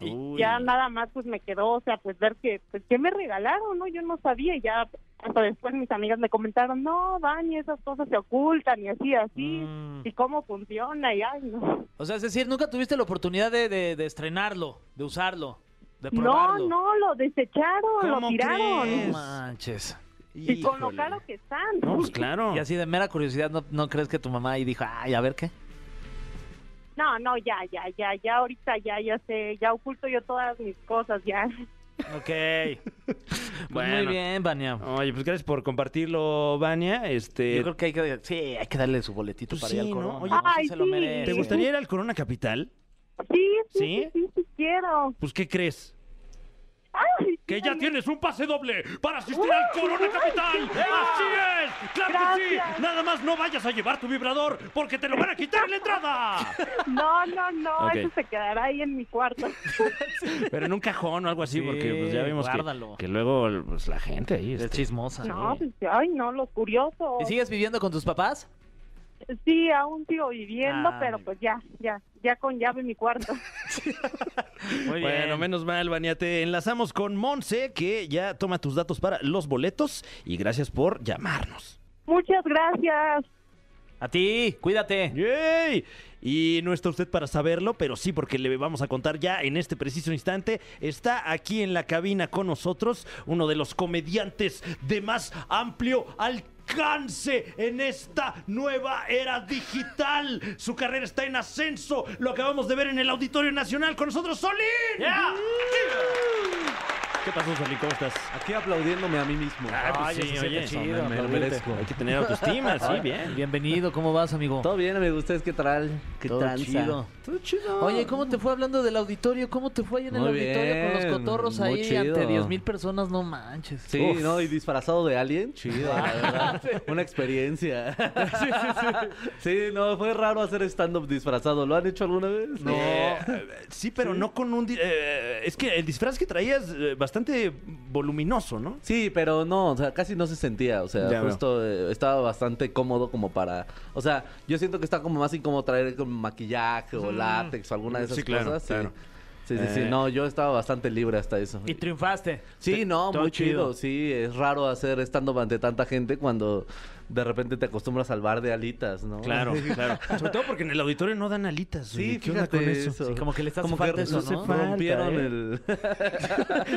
[SPEAKER 7] Y
[SPEAKER 2] Uy.
[SPEAKER 7] ya nada más pues me quedó, o sea, pues ver que, pues que me regalaron, ¿no? Yo no sabía y ya hasta después mis amigas me comentaron, no, Dani, esas cosas se ocultan y así, así,
[SPEAKER 3] Mm.
[SPEAKER 7] y cómo funciona y ay, no.
[SPEAKER 3] O sea, es decir, nunca tuviste la oportunidad de, de- de estrenarlo, de usarlo, de
[SPEAKER 7] No,
[SPEAKER 3] probarlo.
[SPEAKER 7] no, lo desecharon, lo
[SPEAKER 2] ¿Cómo
[SPEAKER 7] tiraron.
[SPEAKER 2] crees?
[SPEAKER 3] No manches.
[SPEAKER 7] Y con lo
[SPEAKER 2] Híjole.
[SPEAKER 7] caro que están.
[SPEAKER 2] No, pues claro.
[SPEAKER 3] Y así de mera curiosidad, ¿no, no crees que tu mamá ahí dijo, ay, a ver qué?
[SPEAKER 7] No, no, ya, ya, ya, ya, ahorita ya, ya sé, ya oculto yo todas mis cosas, ya.
[SPEAKER 3] Ok. Pues Muy
[SPEAKER 2] Bueno.
[SPEAKER 3] bien, Vania.
[SPEAKER 2] Oye, pues gracias por compartirlo, Vania. Este,
[SPEAKER 3] Yo creo que hay que, sí, hay que darle su boletito
[SPEAKER 2] Pues
[SPEAKER 3] para ir
[SPEAKER 2] sí,
[SPEAKER 3] al
[SPEAKER 2] ¿no?
[SPEAKER 3] corona.
[SPEAKER 2] Oye,
[SPEAKER 3] ¿no? Sí
[SPEAKER 7] Ay,
[SPEAKER 3] se lo
[SPEAKER 7] sí.
[SPEAKER 3] merece.
[SPEAKER 2] ¿te gustaría ir al Corona Capital?
[SPEAKER 7] Sí, sí,
[SPEAKER 2] ¿Sí?
[SPEAKER 7] sí, sí, sí quiero.
[SPEAKER 2] Pues, ¿qué crees?
[SPEAKER 7] Ay,
[SPEAKER 2] ¡Que
[SPEAKER 7] sí,
[SPEAKER 2] ya
[SPEAKER 7] me-
[SPEAKER 2] tienes un pase doble para asistir al Corona Capital! ¡Así es! ¡Claro que sí!
[SPEAKER 7] Gracias.
[SPEAKER 2] Nada más no vayas a llevar tu vibrador porque te lo van a quitar en la entrada.
[SPEAKER 7] No, no, no,
[SPEAKER 2] Ok.
[SPEAKER 7] eso se quedará ahí en mi cuarto.
[SPEAKER 2] Pero en un cajón o algo así,
[SPEAKER 3] Sí,
[SPEAKER 2] porque pues, ya vimos que,
[SPEAKER 3] guárdalo.
[SPEAKER 2] que luego pues, la gente ahí...
[SPEAKER 3] Es
[SPEAKER 2] este,
[SPEAKER 3] chismosa.
[SPEAKER 7] No,
[SPEAKER 3] sí.
[SPEAKER 7] pues, ay, no, los curiosos.
[SPEAKER 3] ¿Y sigues viviendo con tus papás?
[SPEAKER 7] Sí, aún sigo viviendo,
[SPEAKER 3] Ah,
[SPEAKER 7] pero
[SPEAKER 3] muy
[SPEAKER 7] pues ya, ya, ya con llave en mi cuarto.
[SPEAKER 3] Muy
[SPEAKER 2] bueno, menos mal, Vania. Te enlazamos con Monse, que ya toma tus datos para los boletos. Y gracias por llamarnos.
[SPEAKER 7] Muchas gracias.
[SPEAKER 3] A ti, cuídate.
[SPEAKER 2] ¡Yay! Y no está usted para saberlo, pero sí, porque le vamos a contar ya en este preciso instante. Está aquí en la cabina con nosotros uno de los comediantes de más amplio alcance en esta nueva era digital. Su carrera está en ascenso. Lo acabamos de ver en el Auditorio Nacional con nosotros, Solín. ¿Qué pasó, Solín? ¿Cómo estás? Ah,
[SPEAKER 6] Aquí aplaudiéndome a mí mismo.
[SPEAKER 2] Ay,
[SPEAKER 3] pues sí,
[SPEAKER 2] eso
[SPEAKER 3] oye,
[SPEAKER 2] está
[SPEAKER 3] chido,
[SPEAKER 2] me lo
[SPEAKER 3] aplaudirte.
[SPEAKER 2] merezco. Hay que tener autoestima, sí, bien.
[SPEAKER 3] Bienvenido, ¿cómo vas, amigo?
[SPEAKER 6] Todo bien, amigo. ¿Ustedes qué tal? ¿Qué
[SPEAKER 3] Todo
[SPEAKER 6] tranza?
[SPEAKER 3] chido.
[SPEAKER 6] Todo chido.
[SPEAKER 3] Oye, ¿cómo te fue hablando del auditorio? ¿Cómo te fue ahí en el
[SPEAKER 6] Muy
[SPEAKER 3] auditorio con los
[SPEAKER 6] bien,
[SPEAKER 3] cotorros
[SPEAKER 6] muy
[SPEAKER 3] ahí
[SPEAKER 6] chido.
[SPEAKER 3] ante 10.000 personas? No manches.
[SPEAKER 6] Sí,
[SPEAKER 3] Uf.
[SPEAKER 6] ¿no? Y disfrazado de alien, chido, la verdad. Una experiencia. sí, sí, sí. no, fue raro hacer stand-up disfrazado. ¿Lo han hecho alguna vez?
[SPEAKER 2] No. Eh, sí, pero no con un... di- eh, es que el disfraz que traías eh, bastante voluminoso, ¿no?
[SPEAKER 6] Sí, pero no, o sea, casi no se sentía, o sea,
[SPEAKER 2] Ya veo.
[SPEAKER 6] justo eh, estaba bastante cómodo como para, o sea, yo siento que está como más incómodo traer como maquillaje o látex o alguna de esas
[SPEAKER 2] Sí, claro,
[SPEAKER 6] cosas. sí.
[SPEAKER 2] claro.
[SPEAKER 6] Sí, sí, sí,
[SPEAKER 2] Eh.
[SPEAKER 6] no, yo estaba bastante libre hasta eso.
[SPEAKER 3] Y triunfaste.
[SPEAKER 6] Sí, no,
[SPEAKER 3] todo
[SPEAKER 6] muy chido.
[SPEAKER 3] chido.
[SPEAKER 6] sí, es raro hacer stand-up ante tanta gente cuando de repente te acostumbras al bar de alitas, ¿no?
[SPEAKER 2] Claro, claro. Sobre todo porque en el auditorio no dan alitas.
[SPEAKER 6] Sí,
[SPEAKER 2] oye, ¿qué onda
[SPEAKER 6] fíjate
[SPEAKER 2] con eso?
[SPEAKER 6] eso.
[SPEAKER 3] Sí, como que le está
[SPEAKER 6] Como que
[SPEAKER 3] falta eso,
[SPEAKER 6] se
[SPEAKER 3] ¿no?
[SPEAKER 2] falta,
[SPEAKER 6] rompieron
[SPEAKER 2] ¿eh?
[SPEAKER 6] el...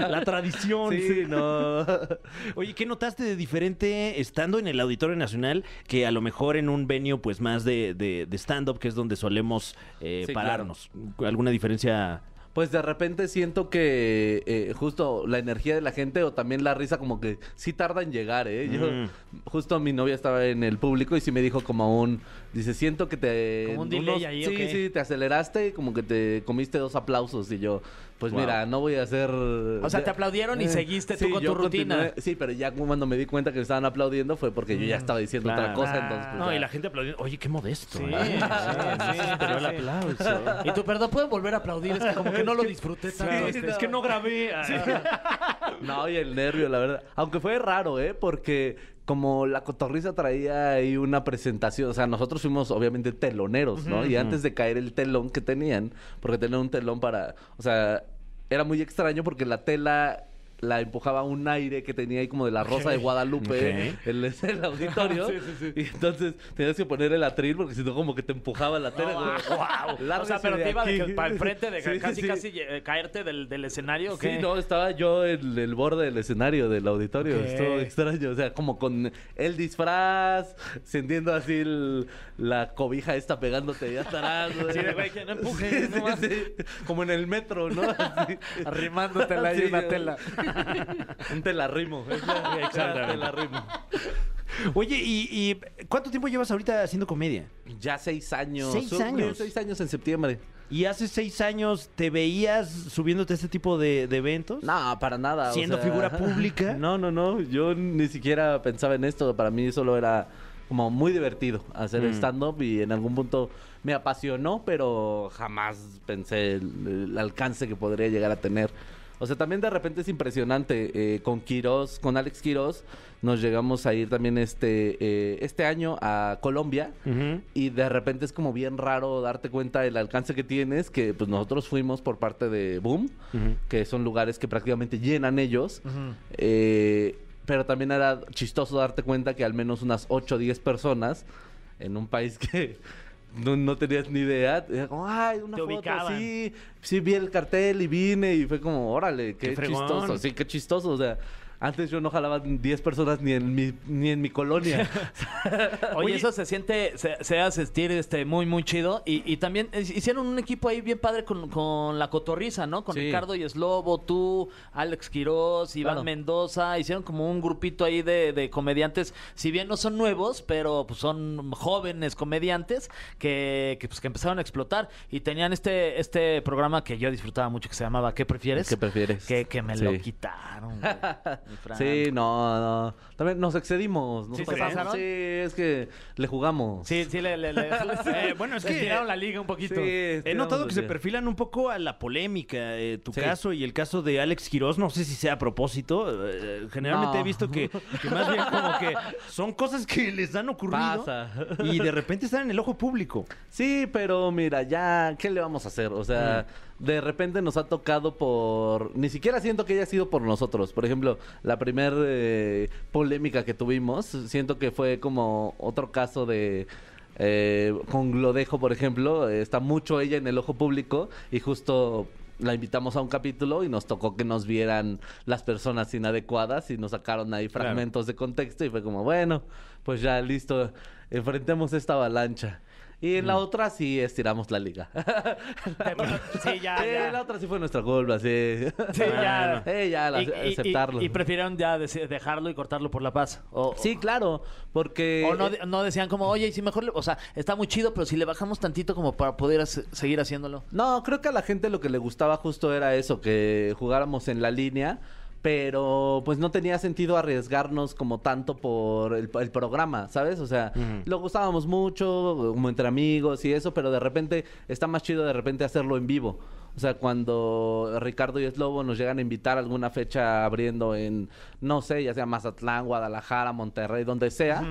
[SPEAKER 2] La tradición.
[SPEAKER 6] sí, no.
[SPEAKER 2] Oye, ¿qué notaste de diferente estando en el Auditorio Nacional que a lo mejor en un venio pues más de, de- de stand-up, que es donde solemos eh,
[SPEAKER 6] Sí, claro.
[SPEAKER 2] pararnos? ¿Alguna diferencia
[SPEAKER 6] pues de repente siento que eh, justo la energía de la gente o también la risa como que sí tarda en llegar, ¿eh? Yo,
[SPEAKER 3] Mm.
[SPEAKER 6] Justo mi novia estaba en el público y sí me dijo como un, dice, siento que te...
[SPEAKER 3] Como un delay ahí,
[SPEAKER 6] Sí,
[SPEAKER 3] ¿o qué?
[SPEAKER 6] sí, te aceleraste y como que te comiste dos aplausos y yo, pues mira, no voy a hacer... Eh, O
[SPEAKER 3] sea, te aplaudieron y seguiste tú con tu rutina.
[SPEAKER 6] Sí, pero ya cuando me di cuenta que me estaban aplaudiendo fue porque
[SPEAKER 3] Mm.
[SPEAKER 6] yo ya estaba diciendo otra
[SPEAKER 2] Claro.
[SPEAKER 6] cosa, entonces... pues,
[SPEAKER 2] No,
[SPEAKER 6] ya.
[SPEAKER 2] y la gente aplaudiendo. Oye, qué modesto.
[SPEAKER 3] Sí,
[SPEAKER 2] ¿eh?
[SPEAKER 3] sí, sí,
[SPEAKER 2] Pero el
[SPEAKER 3] sí.
[SPEAKER 2] aplauso.
[SPEAKER 3] Y tú, perdón, ¿pueden volver a aplaudir? Es que como que no lo disfruté tanto. este, Es que no grabé. Ah,
[SPEAKER 6] No, y el nervio, la verdad. Aunque fue raro, ¿eh? Porque como la cotorriza traía ahí una presentación, o sea, nosotros fuimos obviamente teloneros, ¿no? Y antes de caer el telón que tenían, porque tenían un telón para, o sea, era muy extraño porque la tela la empujaba un aire que tenía ahí como de la rosa de Guadalupe el, el auditorio y entonces tenías que poner el atril porque si no como que te empujaba la tela
[SPEAKER 3] O sea, pero te iba de que- para enfrente, de
[SPEAKER 6] Sí, sí,
[SPEAKER 3] casi,
[SPEAKER 6] sí.
[SPEAKER 3] casi eh, caerte del, del escenario. ¿o qué?
[SPEAKER 6] Sí, no, estaba yo en el borde del escenario del auditorio.
[SPEAKER 3] Ok.
[SPEAKER 6] Estuvo extraño. O sea, como con el disfraz, sintiendo así el- la cobija esta pegándote ya atrás.
[SPEAKER 3] Sí, de güey, que no empujes,
[SPEAKER 6] Sí, sí,
[SPEAKER 3] nomás.
[SPEAKER 6] sí. Como en el metro, ¿no? Así.
[SPEAKER 3] Arrimándotela ahí
[SPEAKER 6] Sí,
[SPEAKER 3] una
[SPEAKER 6] yo-
[SPEAKER 3] tela.
[SPEAKER 6] Un telarrimo.
[SPEAKER 2] Exactamente.
[SPEAKER 6] Telarrimo.
[SPEAKER 2] Oye, ¿y, y cuánto tiempo llevas ahorita haciendo comedia?
[SPEAKER 6] Ya seis años.
[SPEAKER 2] Seis
[SPEAKER 6] Cumplí
[SPEAKER 2] años.
[SPEAKER 6] Seis años en septiembre.
[SPEAKER 2] ¿Y hace seis años te veías subiéndote a este tipo de, de eventos?
[SPEAKER 6] No, para nada. o
[SPEAKER 2] ¿Siendo
[SPEAKER 6] sea,
[SPEAKER 2] figura pública?
[SPEAKER 6] No, no, no. Yo ni siquiera pensaba en esto. Para mí solo era como muy divertido hacer stand-up y en algún punto me apasionó, pero jamás pensé el, el alcance que podría llegar a tener. O sea, también de repente es impresionante. eh, con Quirós, con Alex Quirós, nos llegamos a ir también este, eh, este año a Colombia.
[SPEAKER 2] Ujú.
[SPEAKER 6] Y de repente es como bien raro darte cuenta del alcance que tienes, que pues nosotros fuimos por parte de Boom, que son lugares que prácticamente llenan ellos. Eh, pero también era chistoso darte cuenta que al menos unas 8 o 10 personas en un país que no, no tenías ni idea, era como, ay, una
[SPEAKER 3] Te
[SPEAKER 6] foto,
[SPEAKER 3] ubicaban.
[SPEAKER 6] sí, sí vi el cartel y vine y fue como, órale, qué,
[SPEAKER 2] Qué fregón.
[SPEAKER 6] chistoso, sí, qué chistoso, o sea, antes yo no jalaba 10 personas ni en mi, ni en mi colonia.
[SPEAKER 3] Oye, eso se siente, se, se hace sentir este, muy, muy chido. Y, y también eh, hicieron un equipo ahí bien padre con, con la cotorriza, ¿no? Con
[SPEAKER 6] Sí.
[SPEAKER 3] Ricardo y Slobo, tú, Alex Quiroz, Iván
[SPEAKER 6] Claro.
[SPEAKER 3] Mendoza. Hicieron como un grupito ahí de, de comediantes, si bien no son nuevos, pero pues, son jóvenes comediantes que, que, pues, que empezaron a explotar. Y tenían este, este programa que yo disfrutaba mucho que se llamaba ¿Qué prefieres?
[SPEAKER 6] ¿Qué prefieres?
[SPEAKER 3] Que, que me
[SPEAKER 6] Sí.
[SPEAKER 3] lo quitaron. güey. Mi Fran.
[SPEAKER 6] Sí, no, no. También nos excedimos. Nos
[SPEAKER 3] ¿Sí se
[SPEAKER 6] pasamos.
[SPEAKER 3] pasaron?
[SPEAKER 6] Sí, es que le jugamos.
[SPEAKER 3] Sí, sí, le, le- le-
[SPEAKER 2] Eh, bueno, es
[SPEAKER 3] le
[SPEAKER 2] que-
[SPEAKER 3] tiraron la liga un poquito.
[SPEAKER 6] Sí, este,
[SPEAKER 2] He notado que se
[SPEAKER 6] sí.
[SPEAKER 2] perfilan un poco a la polémica. eh, tu
[SPEAKER 6] Sí.
[SPEAKER 2] caso y el caso de Alex Quiroz, no sé si sea a propósito. eh, generalmente
[SPEAKER 6] No.
[SPEAKER 2] he visto que, que más bien como que son cosas que les han ocurrido
[SPEAKER 6] Pasa.
[SPEAKER 2] y de repente están en el ojo público.
[SPEAKER 6] Sí, pero mira, ya, ¿qué le vamos a hacer? O sea,
[SPEAKER 3] Mm.
[SPEAKER 6] de repente nos ha tocado por... Ni siquiera siento que haya sido por nosotros. Por ejemplo, la primer eh, polémica que tuvimos, siento que fue como otro caso de... eh, con Glodejo, por ejemplo, eh, está mucho ella en el ojo público y justo la invitamos a un capítulo y nos tocó que nos vieran las personas inadecuadas y nos sacaron ahí fragmentos de contexto y fue como, bueno, pues ya listo, enfrentemos esta avalancha. Y en la otra sí estiramos la liga.
[SPEAKER 3] Sí, ya,
[SPEAKER 6] Sí,
[SPEAKER 3] ya.
[SPEAKER 6] la otra sí fue nuestra culpa, sí.
[SPEAKER 3] Sí, ya.
[SPEAKER 6] Eh, ya, la- aceptarlo.
[SPEAKER 3] Y, prefirieron ya deci- dejarlo y cortarlo por la paz. O,
[SPEAKER 6] sí, claro, porque...
[SPEAKER 3] o no, de- no decían como, oye, y si mejor, le- o sea, está muy chido, pero si le bajamos tantito como para poder hace- seguir haciéndolo.
[SPEAKER 6] No, creo que a la gente lo que le gustaba justo era eso, que jugáramos en la línea, pero pues no tenía sentido arriesgarnos como tanto por el, el programa, ¿sabes? O sea, lo gustábamos mucho, como entre amigos y eso, pero de repente está más chido de repente hacerlo en vivo. O sea, cuando Ricardo y Slobo nos llegan a invitar a alguna fecha abriendo en, no sé, ya sea Mazatlán, Guadalajara, Monterrey, donde sea,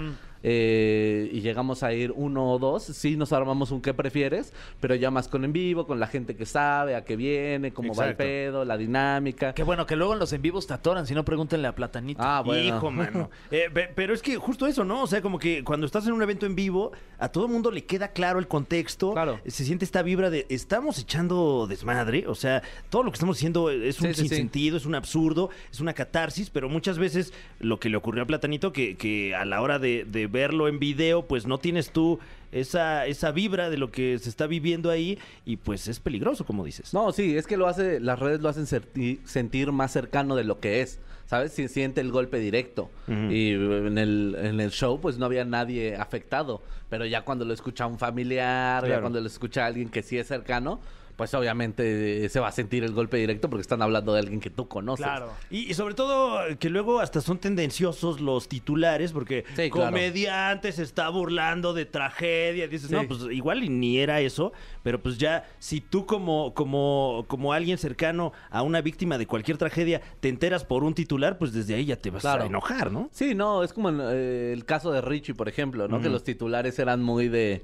[SPEAKER 6] eh, y llegamos a ir uno o dos, sí nos armamos un qué prefieres, pero ya más con en vivo, con la gente que sabe, a qué viene, cómo va el
[SPEAKER 2] Exacto.
[SPEAKER 6] pedo, la dinámica.
[SPEAKER 3] Que bueno, que luego en los en vivos te atoran, si no pregúntenle a Platanito.
[SPEAKER 6] Ah, bueno.
[SPEAKER 2] Hijo, mano. Eh, pe- pero es que justo eso, ¿no? O sea, como que cuando estás en un evento en vivo, a todo el mundo le queda claro el contexto.
[SPEAKER 6] Claro.
[SPEAKER 2] Se siente esta vibra de estamos echando desmadre. O sea, todo lo que estamos haciendo es un
[SPEAKER 6] Sí, sí, sí.
[SPEAKER 2] sinsentido, es un absurdo, es una catarsis, pero muchas veces lo que le ocurrió a Platanito, que, que a la hora de, de verlo en video, pues no tienes tú esa, esa vibra de lo que se está viviendo ahí y pues es peligroso, como dices.
[SPEAKER 6] No, sí, es que lo hace, las redes lo hacen serti- sentir más cercano de lo que es, ¿sabes? Si siente el golpe directo.
[SPEAKER 2] Ujú.
[SPEAKER 6] Y eh, en el, en el show, pues no había nadie afectado. Pero ya cuando lo escucha un familiar,
[SPEAKER 2] Claro.
[SPEAKER 6] ya cuando lo escucha alguien que sí es cercano, pues obviamente eh, se va a sentir el golpe directo porque están hablando de alguien que tú conoces.
[SPEAKER 3] Claro.
[SPEAKER 2] Y, y sobre todo eh, que luego hasta son tendenciosos los titulares porque
[SPEAKER 6] Sí, claro.
[SPEAKER 2] comediante se está burlando de tragedia. Dices, no, pues igual y ni era eso, pero pues ya si tú como, como, como alguien cercano a una víctima de cualquier tragedia te enteras por un titular, pues desde ahí ya te vas
[SPEAKER 6] Claro.
[SPEAKER 2] a enojar, ¿no?
[SPEAKER 6] Sí, no, es como en, eh, el caso de Richie, por ejemplo, ¿no? Que los titulares eran muy de...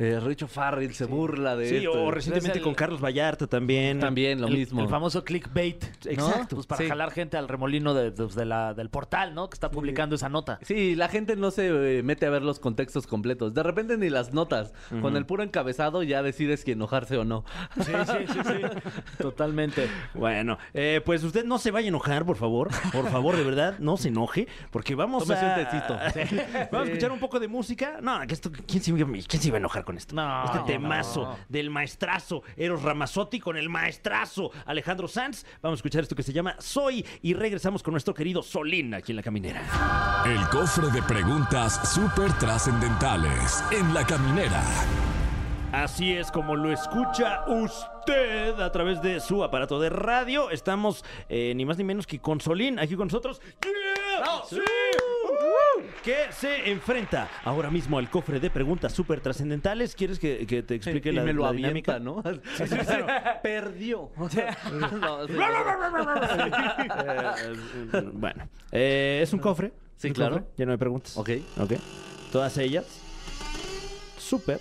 [SPEAKER 6] eh, Richo Farrell se burla de
[SPEAKER 2] Sí,
[SPEAKER 6] esto.
[SPEAKER 2] o recientemente
[SPEAKER 3] el-
[SPEAKER 2] con Carlos Vallarta también.
[SPEAKER 6] También lo
[SPEAKER 3] el,
[SPEAKER 6] mismo.
[SPEAKER 3] El famoso clickbait. ¿no?
[SPEAKER 2] Exacto,
[SPEAKER 3] Pues para
[SPEAKER 6] sí.
[SPEAKER 3] jalar gente al remolino de, pues, de la, del portal, ¿no? Que está publicando esa nota.
[SPEAKER 6] Sí, la gente no se eh, mete a ver los contextos completos. De repente ni las notas. Con el puro encabezado ya decides si enojarse o no.
[SPEAKER 3] Sí, sí, sí, sí. Totalmente.
[SPEAKER 2] Bueno, eh, pues usted no se vaya a enojar, por favor. Por favor, de verdad, no se enoje, porque vamos
[SPEAKER 6] Tómese
[SPEAKER 2] a...
[SPEAKER 6] un tecito.
[SPEAKER 2] Vamos a escuchar un poco de música. No, que esto, ¿quién, se, iba- quién se iba a enojar con esto?
[SPEAKER 3] No,
[SPEAKER 2] este
[SPEAKER 3] no,
[SPEAKER 2] temazo
[SPEAKER 3] no.
[SPEAKER 2] del maestrazo Eros Ramazzotti con el maestrazo Alejandro Sanz. Vamos a escuchar esto que se llama Soy y regresamos con nuestro querido Solín aquí en La Caminera.
[SPEAKER 1] El cofre de preguntas súper trascendentales en la caminera.
[SPEAKER 2] Así es como lo escucha usted a través de su aparato de radio. Estamos eh, ni más ni menos que con Solín aquí con nosotros. ¡Yeah! ¡Sí! ¡Uh! Que se enfrenta ahora mismo al cofre de preguntas súper trascendentales. ¿Quieres que, que te explique
[SPEAKER 6] y
[SPEAKER 2] la,
[SPEAKER 6] me lo
[SPEAKER 2] la dinámica?
[SPEAKER 6] avienta, ¿no? Perdió. No, sí.
[SPEAKER 2] Eh, bueno, eh, es un cofre.
[SPEAKER 6] Sí,
[SPEAKER 2] un
[SPEAKER 6] claro.
[SPEAKER 2] cofre lleno de preguntas.
[SPEAKER 6] Ok.
[SPEAKER 2] Ok. Todas ellas súper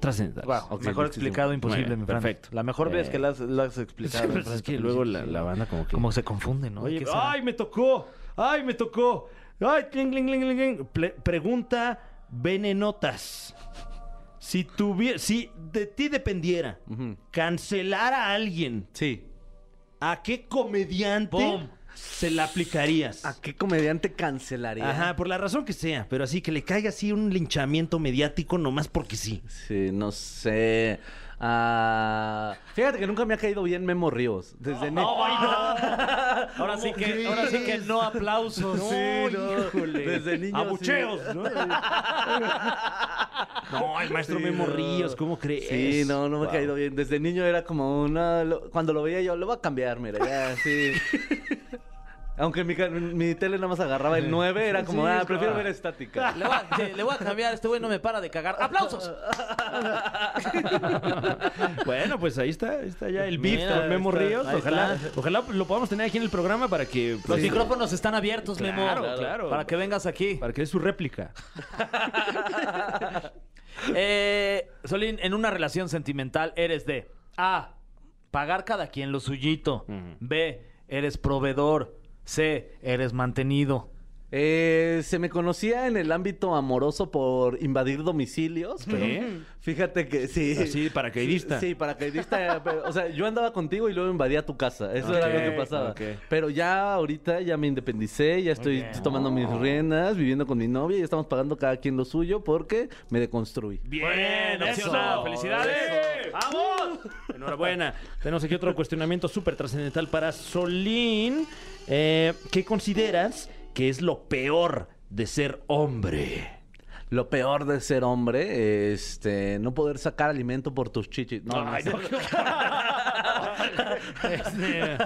[SPEAKER 2] trascendentales.
[SPEAKER 3] Guau,
[SPEAKER 6] Ah, Ok,
[SPEAKER 3] mejor
[SPEAKER 6] muchísimo.
[SPEAKER 3] explicado imposible,
[SPEAKER 2] Muy bien,
[SPEAKER 3] mi Fran.
[SPEAKER 2] perfecto.
[SPEAKER 3] La mejor vez
[SPEAKER 2] Eh,
[SPEAKER 3] que las has explicado.
[SPEAKER 2] Pues es que luego la, la banda como que...
[SPEAKER 3] Como se confunde, ¿no?
[SPEAKER 2] Oye,
[SPEAKER 3] ¿Qué será?
[SPEAKER 2] ¡ay, me tocó! ¡Ay, me tocó! ¡Ay, cling, cling, cling, cling, cling! Ple- pregunta venenotas. Si tuviera... Si de ti dependiera
[SPEAKER 6] Ujú.
[SPEAKER 2] cancelar a alguien,
[SPEAKER 6] Sí.
[SPEAKER 2] ¿a qué comediante
[SPEAKER 3] ¡Pum!
[SPEAKER 2] se la aplicarías?
[SPEAKER 6] ¿A qué comediante cancelaría?
[SPEAKER 2] Ajá, por la razón que sea, pero así que le caiga así un linchamiento mediático nomás porque sí.
[SPEAKER 6] Sí, no sé. Ah, Fíjate que nunca me ha caído bien Memo Ríos. Desde ne-
[SPEAKER 3] Ahora sí que, ahora sí que no aplausos.
[SPEAKER 6] No, híjole. Desde niño. sí.
[SPEAKER 2] Abucheos, ¿no? No, el maestro
[SPEAKER 6] Sí,
[SPEAKER 2] Memo
[SPEAKER 6] no.
[SPEAKER 2] Ríos, ¿cómo crees?
[SPEAKER 6] Sí, no, no me
[SPEAKER 2] Wow.
[SPEAKER 6] ha caído bien. Desde niño era como una... lo- Cuando lo veía yo, lo voy a cambiar, mira, ya, sí. Aunque mi, ca- mi tele nada más agarraba el 9, era como, ah, prefiero ver estática.
[SPEAKER 3] Le voy, a, sí, le voy a cambiar, este güey no me para de cagar. ¡Aplausos!
[SPEAKER 2] Bueno, pues ahí está, ahí está ya el beef
[SPEAKER 3] Mira,
[SPEAKER 2] con Memo
[SPEAKER 3] ahí está,
[SPEAKER 2] Ríos.
[SPEAKER 3] ahí
[SPEAKER 2] Ojalá,
[SPEAKER 3] está.
[SPEAKER 2] ojalá lo podamos tener aquí en el programa para que
[SPEAKER 3] Los
[SPEAKER 2] pues,
[SPEAKER 3] micrófonos están abiertos, Memo.
[SPEAKER 2] Claro, claro.
[SPEAKER 3] Para que vengas aquí.
[SPEAKER 2] para que dé su réplica.
[SPEAKER 3] Eh, Solín, en una relación sentimental eres de A. Pagar cada quien lo suyito. B. Eres proveedor. C. Eres mantenido.
[SPEAKER 6] Eh, se me conocía en el ámbito amoroso por invadir domicilios, pero
[SPEAKER 2] ¿Qué?
[SPEAKER 6] fíjate que sí.
[SPEAKER 2] Así, paracaidista.
[SPEAKER 6] Sí, paracaidista. pero, o sea, yo andaba contigo y luego invadía tu casa. Eso era lo que
[SPEAKER 2] Ok,
[SPEAKER 6] pasaba.
[SPEAKER 2] ok.
[SPEAKER 6] Pero ya ahorita ya me independicé, ya estoy
[SPEAKER 3] bien.
[SPEAKER 6] tomando mis riendas, viviendo con mi novia y estamos pagando cada quien lo suyo porque me deconstruí.
[SPEAKER 2] Bien,
[SPEAKER 3] Eso,
[SPEAKER 2] opción A. felicidades.
[SPEAKER 3] eso.
[SPEAKER 2] ¡Vamos! Uh, Enhorabuena. Tenemos aquí otro cuestionamiento súper trascendental para Solín. Eh, ¿Qué consideras que es lo peor de ser hombre?
[SPEAKER 6] Lo peor de ser hombre, este, no poder sacar alimento por tus chichis. No, no,
[SPEAKER 2] Ay,
[SPEAKER 6] sí.
[SPEAKER 2] no, qué horror. Este,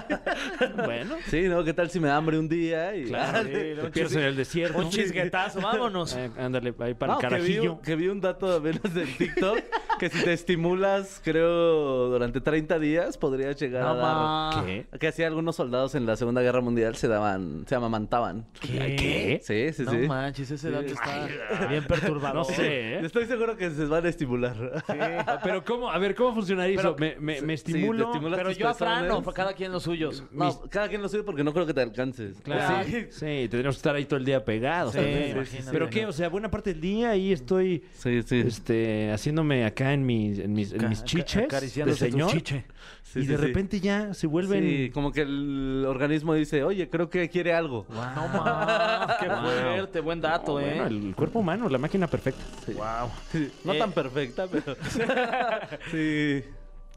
[SPEAKER 2] bueno,
[SPEAKER 6] Sí, ¿no? ¿Qué tal si me da hambre un día? Y...
[SPEAKER 2] claro. te pierdes en el desierto.
[SPEAKER 3] Un chisguetazo, vámonos.
[SPEAKER 2] Eh, ándale, ahí para
[SPEAKER 6] No,
[SPEAKER 2] el
[SPEAKER 6] que vi un-
[SPEAKER 2] carajillo.
[SPEAKER 6] Que vi, un dato apenas del TikTok que si te estimulas, creo, durante 30 días podrías llegar
[SPEAKER 3] No,
[SPEAKER 6] a dar...
[SPEAKER 3] ma.
[SPEAKER 2] ¿Qué?
[SPEAKER 6] Que así algunos soldados en la Segunda Guerra Mundial se daban, se amamantaban.
[SPEAKER 3] ¿Qué?
[SPEAKER 2] ¿Qué?
[SPEAKER 6] Sí, sí,
[SPEAKER 3] No
[SPEAKER 6] sí.
[SPEAKER 3] manches, ese dato está
[SPEAKER 2] Ay,
[SPEAKER 3] bien perturbador.
[SPEAKER 2] No sé. ¿eh?
[SPEAKER 6] Estoy seguro que se van a estimular.
[SPEAKER 2] Ah, Pero cómo, a ver, ¿cómo funcionaría
[SPEAKER 3] Pero-
[SPEAKER 2] eso? Me, me, me
[SPEAKER 6] Sí, te
[SPEAKER 2] estimulo.
[SPEAKER 6] estimulas
[SPEAKER 3] Pero
[SPEAKER 6] tus
[SPEAKER 3] yo a Fran, no,
[SPEAKER 6] pezones.
[SPEAKER 3] para cada quien los suyos.
[SPEAKER 6] No, cada quien lo suyo porque no creo que te alcances.
[SPEAKER 2] Claro. Sí, tendríamos que estar ahí todo el día pegados. ¿eh?
[SPEAKER 3] Sí,
[SPEAKER 2] también.
[SPEAKER 3] imagínate.
[SPEAKER 2] Pero qué, o sea, buena parte del día ahí estoy
[SPEAKER 6] Sí, sí.
[SPEAKER 2] este, haciéndome acá acá en mis, en mis, en mis chiches de
[SPEAKER 3] Acariciándose tu
[SPEAKER 2] señor.
[SPEAKER 3] chiche.
[SPEAKER 6] Sí,
[SPEAKER 2] y
[SPEAKER 6] sí,
[SPEAKER 2] de
[SPEAKER 6] sí.
[SPEAKER 2] repente ya se vuelven.
[SPEAKER 6] Sí, como que el organismo dice, oye, creo que quiere algo.
[SPEAKER 3] No más, qué
[SPEAKER 2] Wow.
[SPEAKER 3] fuerte, buen dato,
[SPEAKER 2] Oh,
[SPEAKER 3] ¿eh?
[SPEAKER 2] bueno, el cuerpo humano, la máquina perfecta.
[SPEAKER 3] Wow.
[SPEAKER 6] No
[SPEAKER 3] Eh.
[SPEAKER 6] tan perfecta, pero... sí.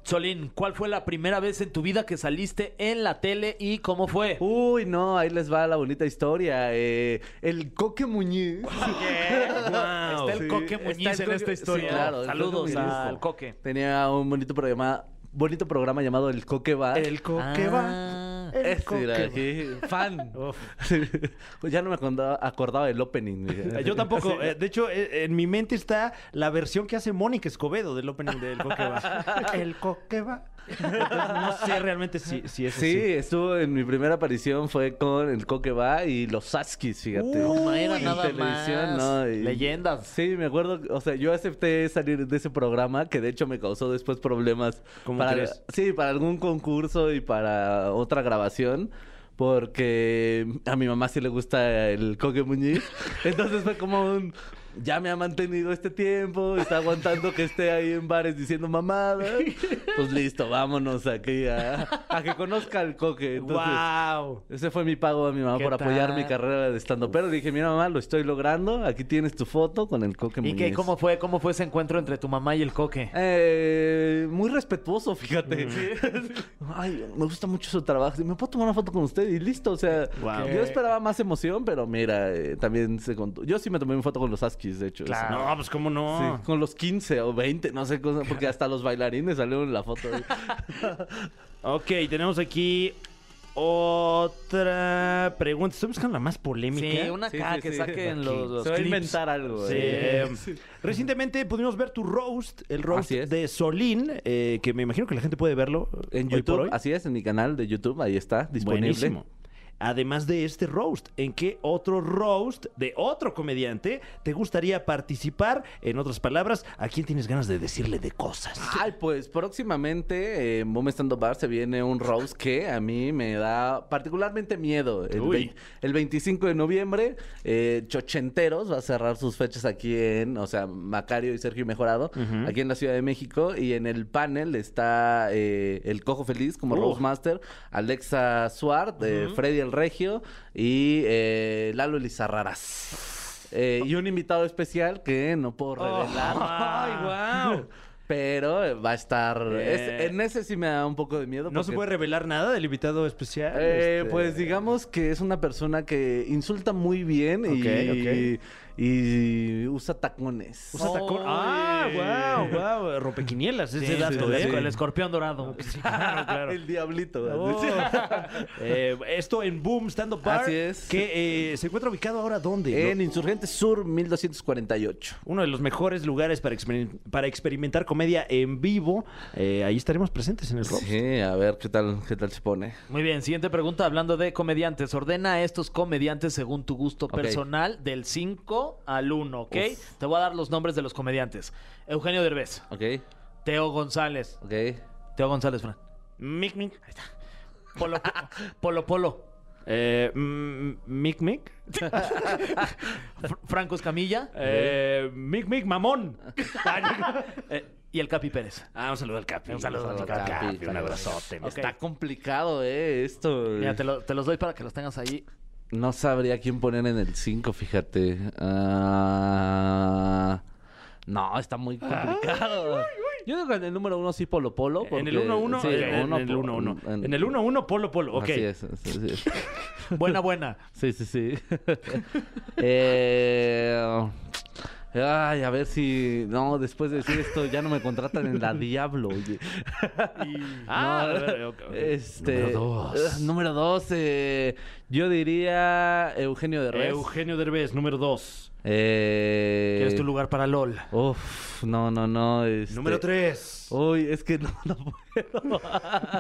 [SPEAKER 3] Solín, ¿cuál fue la primera vez en tu vida que saliste en la tele y cómo fue?
[SPEAKER 6] Uy, no, ahí les va la bonita historia. eh, el Coque Muñiz.
[SPEAKER 3] Está el
[SPEAKER 6] Sí,
[SPEAKER 3] coque
[SPEAKER 6] está
[SPEAKER 3] Muñiz
[SPEAKER 6] el
[SPEAKER 3] en
[SPEAKER 6] Coque-
[SPEAKER 3] esta historia.
[SPEAKER 6] sí, claro, el
[SPEAKER 3] Saludos
[SPEAKER 6] Coque Muñiz.
[SPEAKER 3] al coque.
[SPEAKER 6] Tenía un bonito programa, bonito programa llamado El Coque Bar.
[SPEAKER 3] ¿Qué
[SPEAKER 6] Ah.
[SPEAKER 3] va?
[SPEAKER 6] Este era aquí, fan. Sí, pues ya no me acordaba, acordaba del opening.
[SPEAKER 2] Eh, Yo tampoco. eh, de hecho, eh, en mi mente está la versión que hace Mónica Escobedo del opening del Coqueba. El Coqueba. Entonces, No sé realmente si, si es
[SPEAKER 6] Sí, estuvo en mi primera aparición fue con el Coque Va y los Saskis, fíjate.
[SPEAKER 2] Uy,
[SPEAKER 3] No era
[SPEAKER 6] En
[SPEAKER 3] nada
[SPEAKER 6] televisión,
[SPEAKER 3] más.
[SPEAKER 6] ¿no? Y-
[SPEAKER 3] Leyendas.
[SPEAKER 6] Sí, me acuerdo, o sea, yo acepté salir de ese programa que de hecho me causó después problemas.
[SPEAKER 2] ¿Cómo
[SPEAKER 6] para,
[SPEAKER 2] crees?
[SPEAKER 6] Sí, para algún concurso y para otra grabación. Porque a mi mamá sí le gusta el coque muñiz. Entonces fue como un... Ya me ha mantenido este tiempo, está aguantando que esté ahí en bares diciendo mamadas. Pues listo, vámonos aquí a, a que conozca el coque. Entonces,
[SPEAKER 2] ¡Wow!
[SPEAKER 6] ese fue mi pago a mi mamá
[SPEAKER 3] ¿Qué
[SPEAKER 6] por apoyar
[SPEAKER 3] tal?
[SPEAKER 6] mi carrera de estando. Pero dije, mira mamá, lo estoy logrando. Aquí tienes tu foto con el coque
[SPEAKER 3] ¿Y
[SPEAKER 6] Muñiz.
[SPEAKER 3] qué, cómo fue, cómo fue ese encuentro entre tu mamá y el coque?
[SPEAKER 6] Eh, muy respetuoso, fíjate.
[SPEAKER 3] Mm.
[SPEAKER 6] Ay, me gusta mucho su trabajo. ¿Me puedo tomar una foto con usted? Y listo, o sea,
[SPEAKER 2] Wow.
[SPEAKER 6] yo esperaba más emoción, pero mira, eh, también se contó. Yo sí me tomé una foto con los Askis, de hecho.
[SPEAKER 3] Claro.
[SPEAKER 2] No, pues cómo
[SPEAKER 6] Sí,
[SPEAKER 2] no.
[SPEAKER 6] con los 15 o 20, no sé, cosa- porque hasta los bailarines salieron en la foto.
[SPEAKER 2] Ok, tenemos aquí otra pregunta. Estoy buscando la más polémica.
[SPEAKER 3] Sí, una
[SPEAKER 6] Sí,
[SPEAKER 3] caja
[SPEAKER 6] sí,
[SPEAKER 3] que
[SPEAKER 6] sí.
[SPEAKER 3] saquen los, los
[SPEAKER 6] se va a
[SPEAKER 3] clips.
[SPEAKER 6] inventar algo.
[SPEAKER 2] Sí,
[SPEAKER 6] eh.
[SPEAKER 2] em, Recientemente pudimos ver tu roast, el roast
[SPEAKER 6] Así es.
[SPEAKER 2] de Solín, eh, que me imagino que la gente puede verlo
[SPEAKER 6] En
[SPEAKER 2] hoy por
[SPEAKER 6] YouTube,
[SPEAKER 2] hoy.
[SPEAKER 6] así es, en mi canal de YouTube, ahí está, disponible.
[SPEAKER 2] Buenísimo. Además de este roast, ¿en qué otro roast de otro comediante te gustaría participar? En otras palabras, ¿a quién tienes ganas de decirle de cosas?
[SPEAKER 6] Ay, pues próximamente eh, en Boom Stand Up Bar se viene un roast que a mí me da particularmente miedo. El,
[SPEAKER 2] Uy.
[SPEAKER 6] vein- el 25 de noviembre, eh, Chochenteros va a cerrar sus fechas aquí en, o sea, Macario y Sergio Mejorado,
[SPEAKER 2] Ujú.
[SPEAKER 6] aquí en la Ciudad de México. Y en el panel está eh, El Cojo Feliz como
[SPEAKER 2] Uh.
[SPEAKER 6] roast master, Alexa Suart, eh, Freddy El Regio y eh, Lalo Elizarraras. Eh, y un invitado especial que no puedo
[SPEAKER 2] Oh.
[SPEAKER 6] revelar.
[SPEAKER 2] ¡Ay, wow!
[SPEAKER 6] Pero eh, va a estar.
[SPEAKER 2] Eh.
[SPEAKER 6] es- en ese sí me da un poco de miedo.
[SPEAKER 2] ¿No se
[SPEAKER 6] porque-
[SPEAKER 2] puede revelar nada del invitado especial?
[SPEAKER 6] Eh,
[SPEAKER 2] Este,
[SPEAKER 6] Pues digamos que es una persona que insulta muy bien y,
[SPEAKER 2] Ok,
[SPEAKER 6] y usa tacones.
[SPEAKER 2] Usa tacón.
[SPEAKER 3] Oy.
[SPEAKER 2] ¡Ah, wow, wow! Rompequinielas ese
[SPEAKER 3] Sí, sí,
[SPEAKER 2] dato,
[SPEAKER 3] el,
[SPEAKER 2] ¿eh?
[SPEAKER 3] esco- el escorpión dorado.
[SPEAKER 2] Claro, claro.
[SPEAKER 6] El diablito.
[SPEAKER 2] Oh. Eh, esto en Boom Stand Up Bar,
[SPEAKER 6] Así es.
[SPEAKER 2] que eh, se encuentra ubicado ahora dónde?
[SPEAKER 6] En Insurgente Sur 1248.
[SPEAKER 2] uno de los mejores lugares para, experim- para experimentar comedia en vivo. Eh, ahí estaremos presentes en el roast.
[SPEAKER 6] Sí, a ver qué tal, qué tal se pone.
[SPEAKER 3] Muy bien, siguiente pregunta hablando de comediantes. Ordena a estos comediantes según tu gusto
[SPEAKER 6] Ok.
[SPEAKER 3] personal del 5 al 1, ¿ok? Te voy a dar los nombres de los comediantes. Eugenio Derbez,
[SPEAKER 6] Ok,
[SPEAKER 3] Teo González,
[SPEAKER 6] ok.
[SPEAKER 3] Teo González, Fran.
[SPEAKER 2] Mic Mic.
[SPEAKER 3] Polo Polo, Polo.
[SPEAKER 2] Eh, mm, mic Mic.
[SPEAKER 3] Fr- Franco Escamilla
[SPEAKER 2] Eh, mic Mic Mamón.
[SPEAKER 3] eh, y el Capi Pérez.
[SPEAKER 2] Ah, un saludo al Capi. Un saludo al Capi. un abrazote.
[SPEAKER 3] Ok.
[SPEAKER 6] Está complicado, eh, esto.
[SPEAKER 3] Mira, te, lo- te los doy para que los tengas ahí.
[SPEAKER 6] No sabría quién poner en el 5, fíjate. Ah, No, está muy
[SPEAKER 2] Ah.
[SPEAKER 6] complicado. Yo digo que en el número 1 sí Polo Polo.
[SPEAKER 2] En el
[SPEAKER 6] porque-
[SPEAKER 2] 1-1,
[SPEAKER 6] sí,
[SPEAKER 2] en, en
[SPEAKER 6] uno
[SPEAKER 2] el
[SPEAKER 6] po-
[SPEAKER 2] 1-1. En el 1-1, Polo Polo. Ok.
[SPEAKER 6] Así es, así es.
[SPEAKER 3] Buena, buena.
[SPEAKER 6] Sí, sí, sí. Eh, Ay, a ver si... No, después de decir esto ya no me contratan en la Diablo, oye.
[SPEAKER 2] Ah,
[SPEAKER 6] No, eh,
[SPEAKER 2] ok, ok.
[SPEAKER 6] Este,
[SPEAKER 2] Número dos.
[SPEAKER 6] ah, número dos, eh, yo diría Eugenio Derbez.
[SPEAKER 2] Eugenio Derbez, número 2.
[SPEAKER 6] Eh,
[SPEAKER 3] ¿Quieres tu lugar para LOL?
[SPEAKER 6] Uf, no, no, no. este-
[SPEAKER 2] Número 3.
[SPEAKER 6] Uy, es que no, no puedo.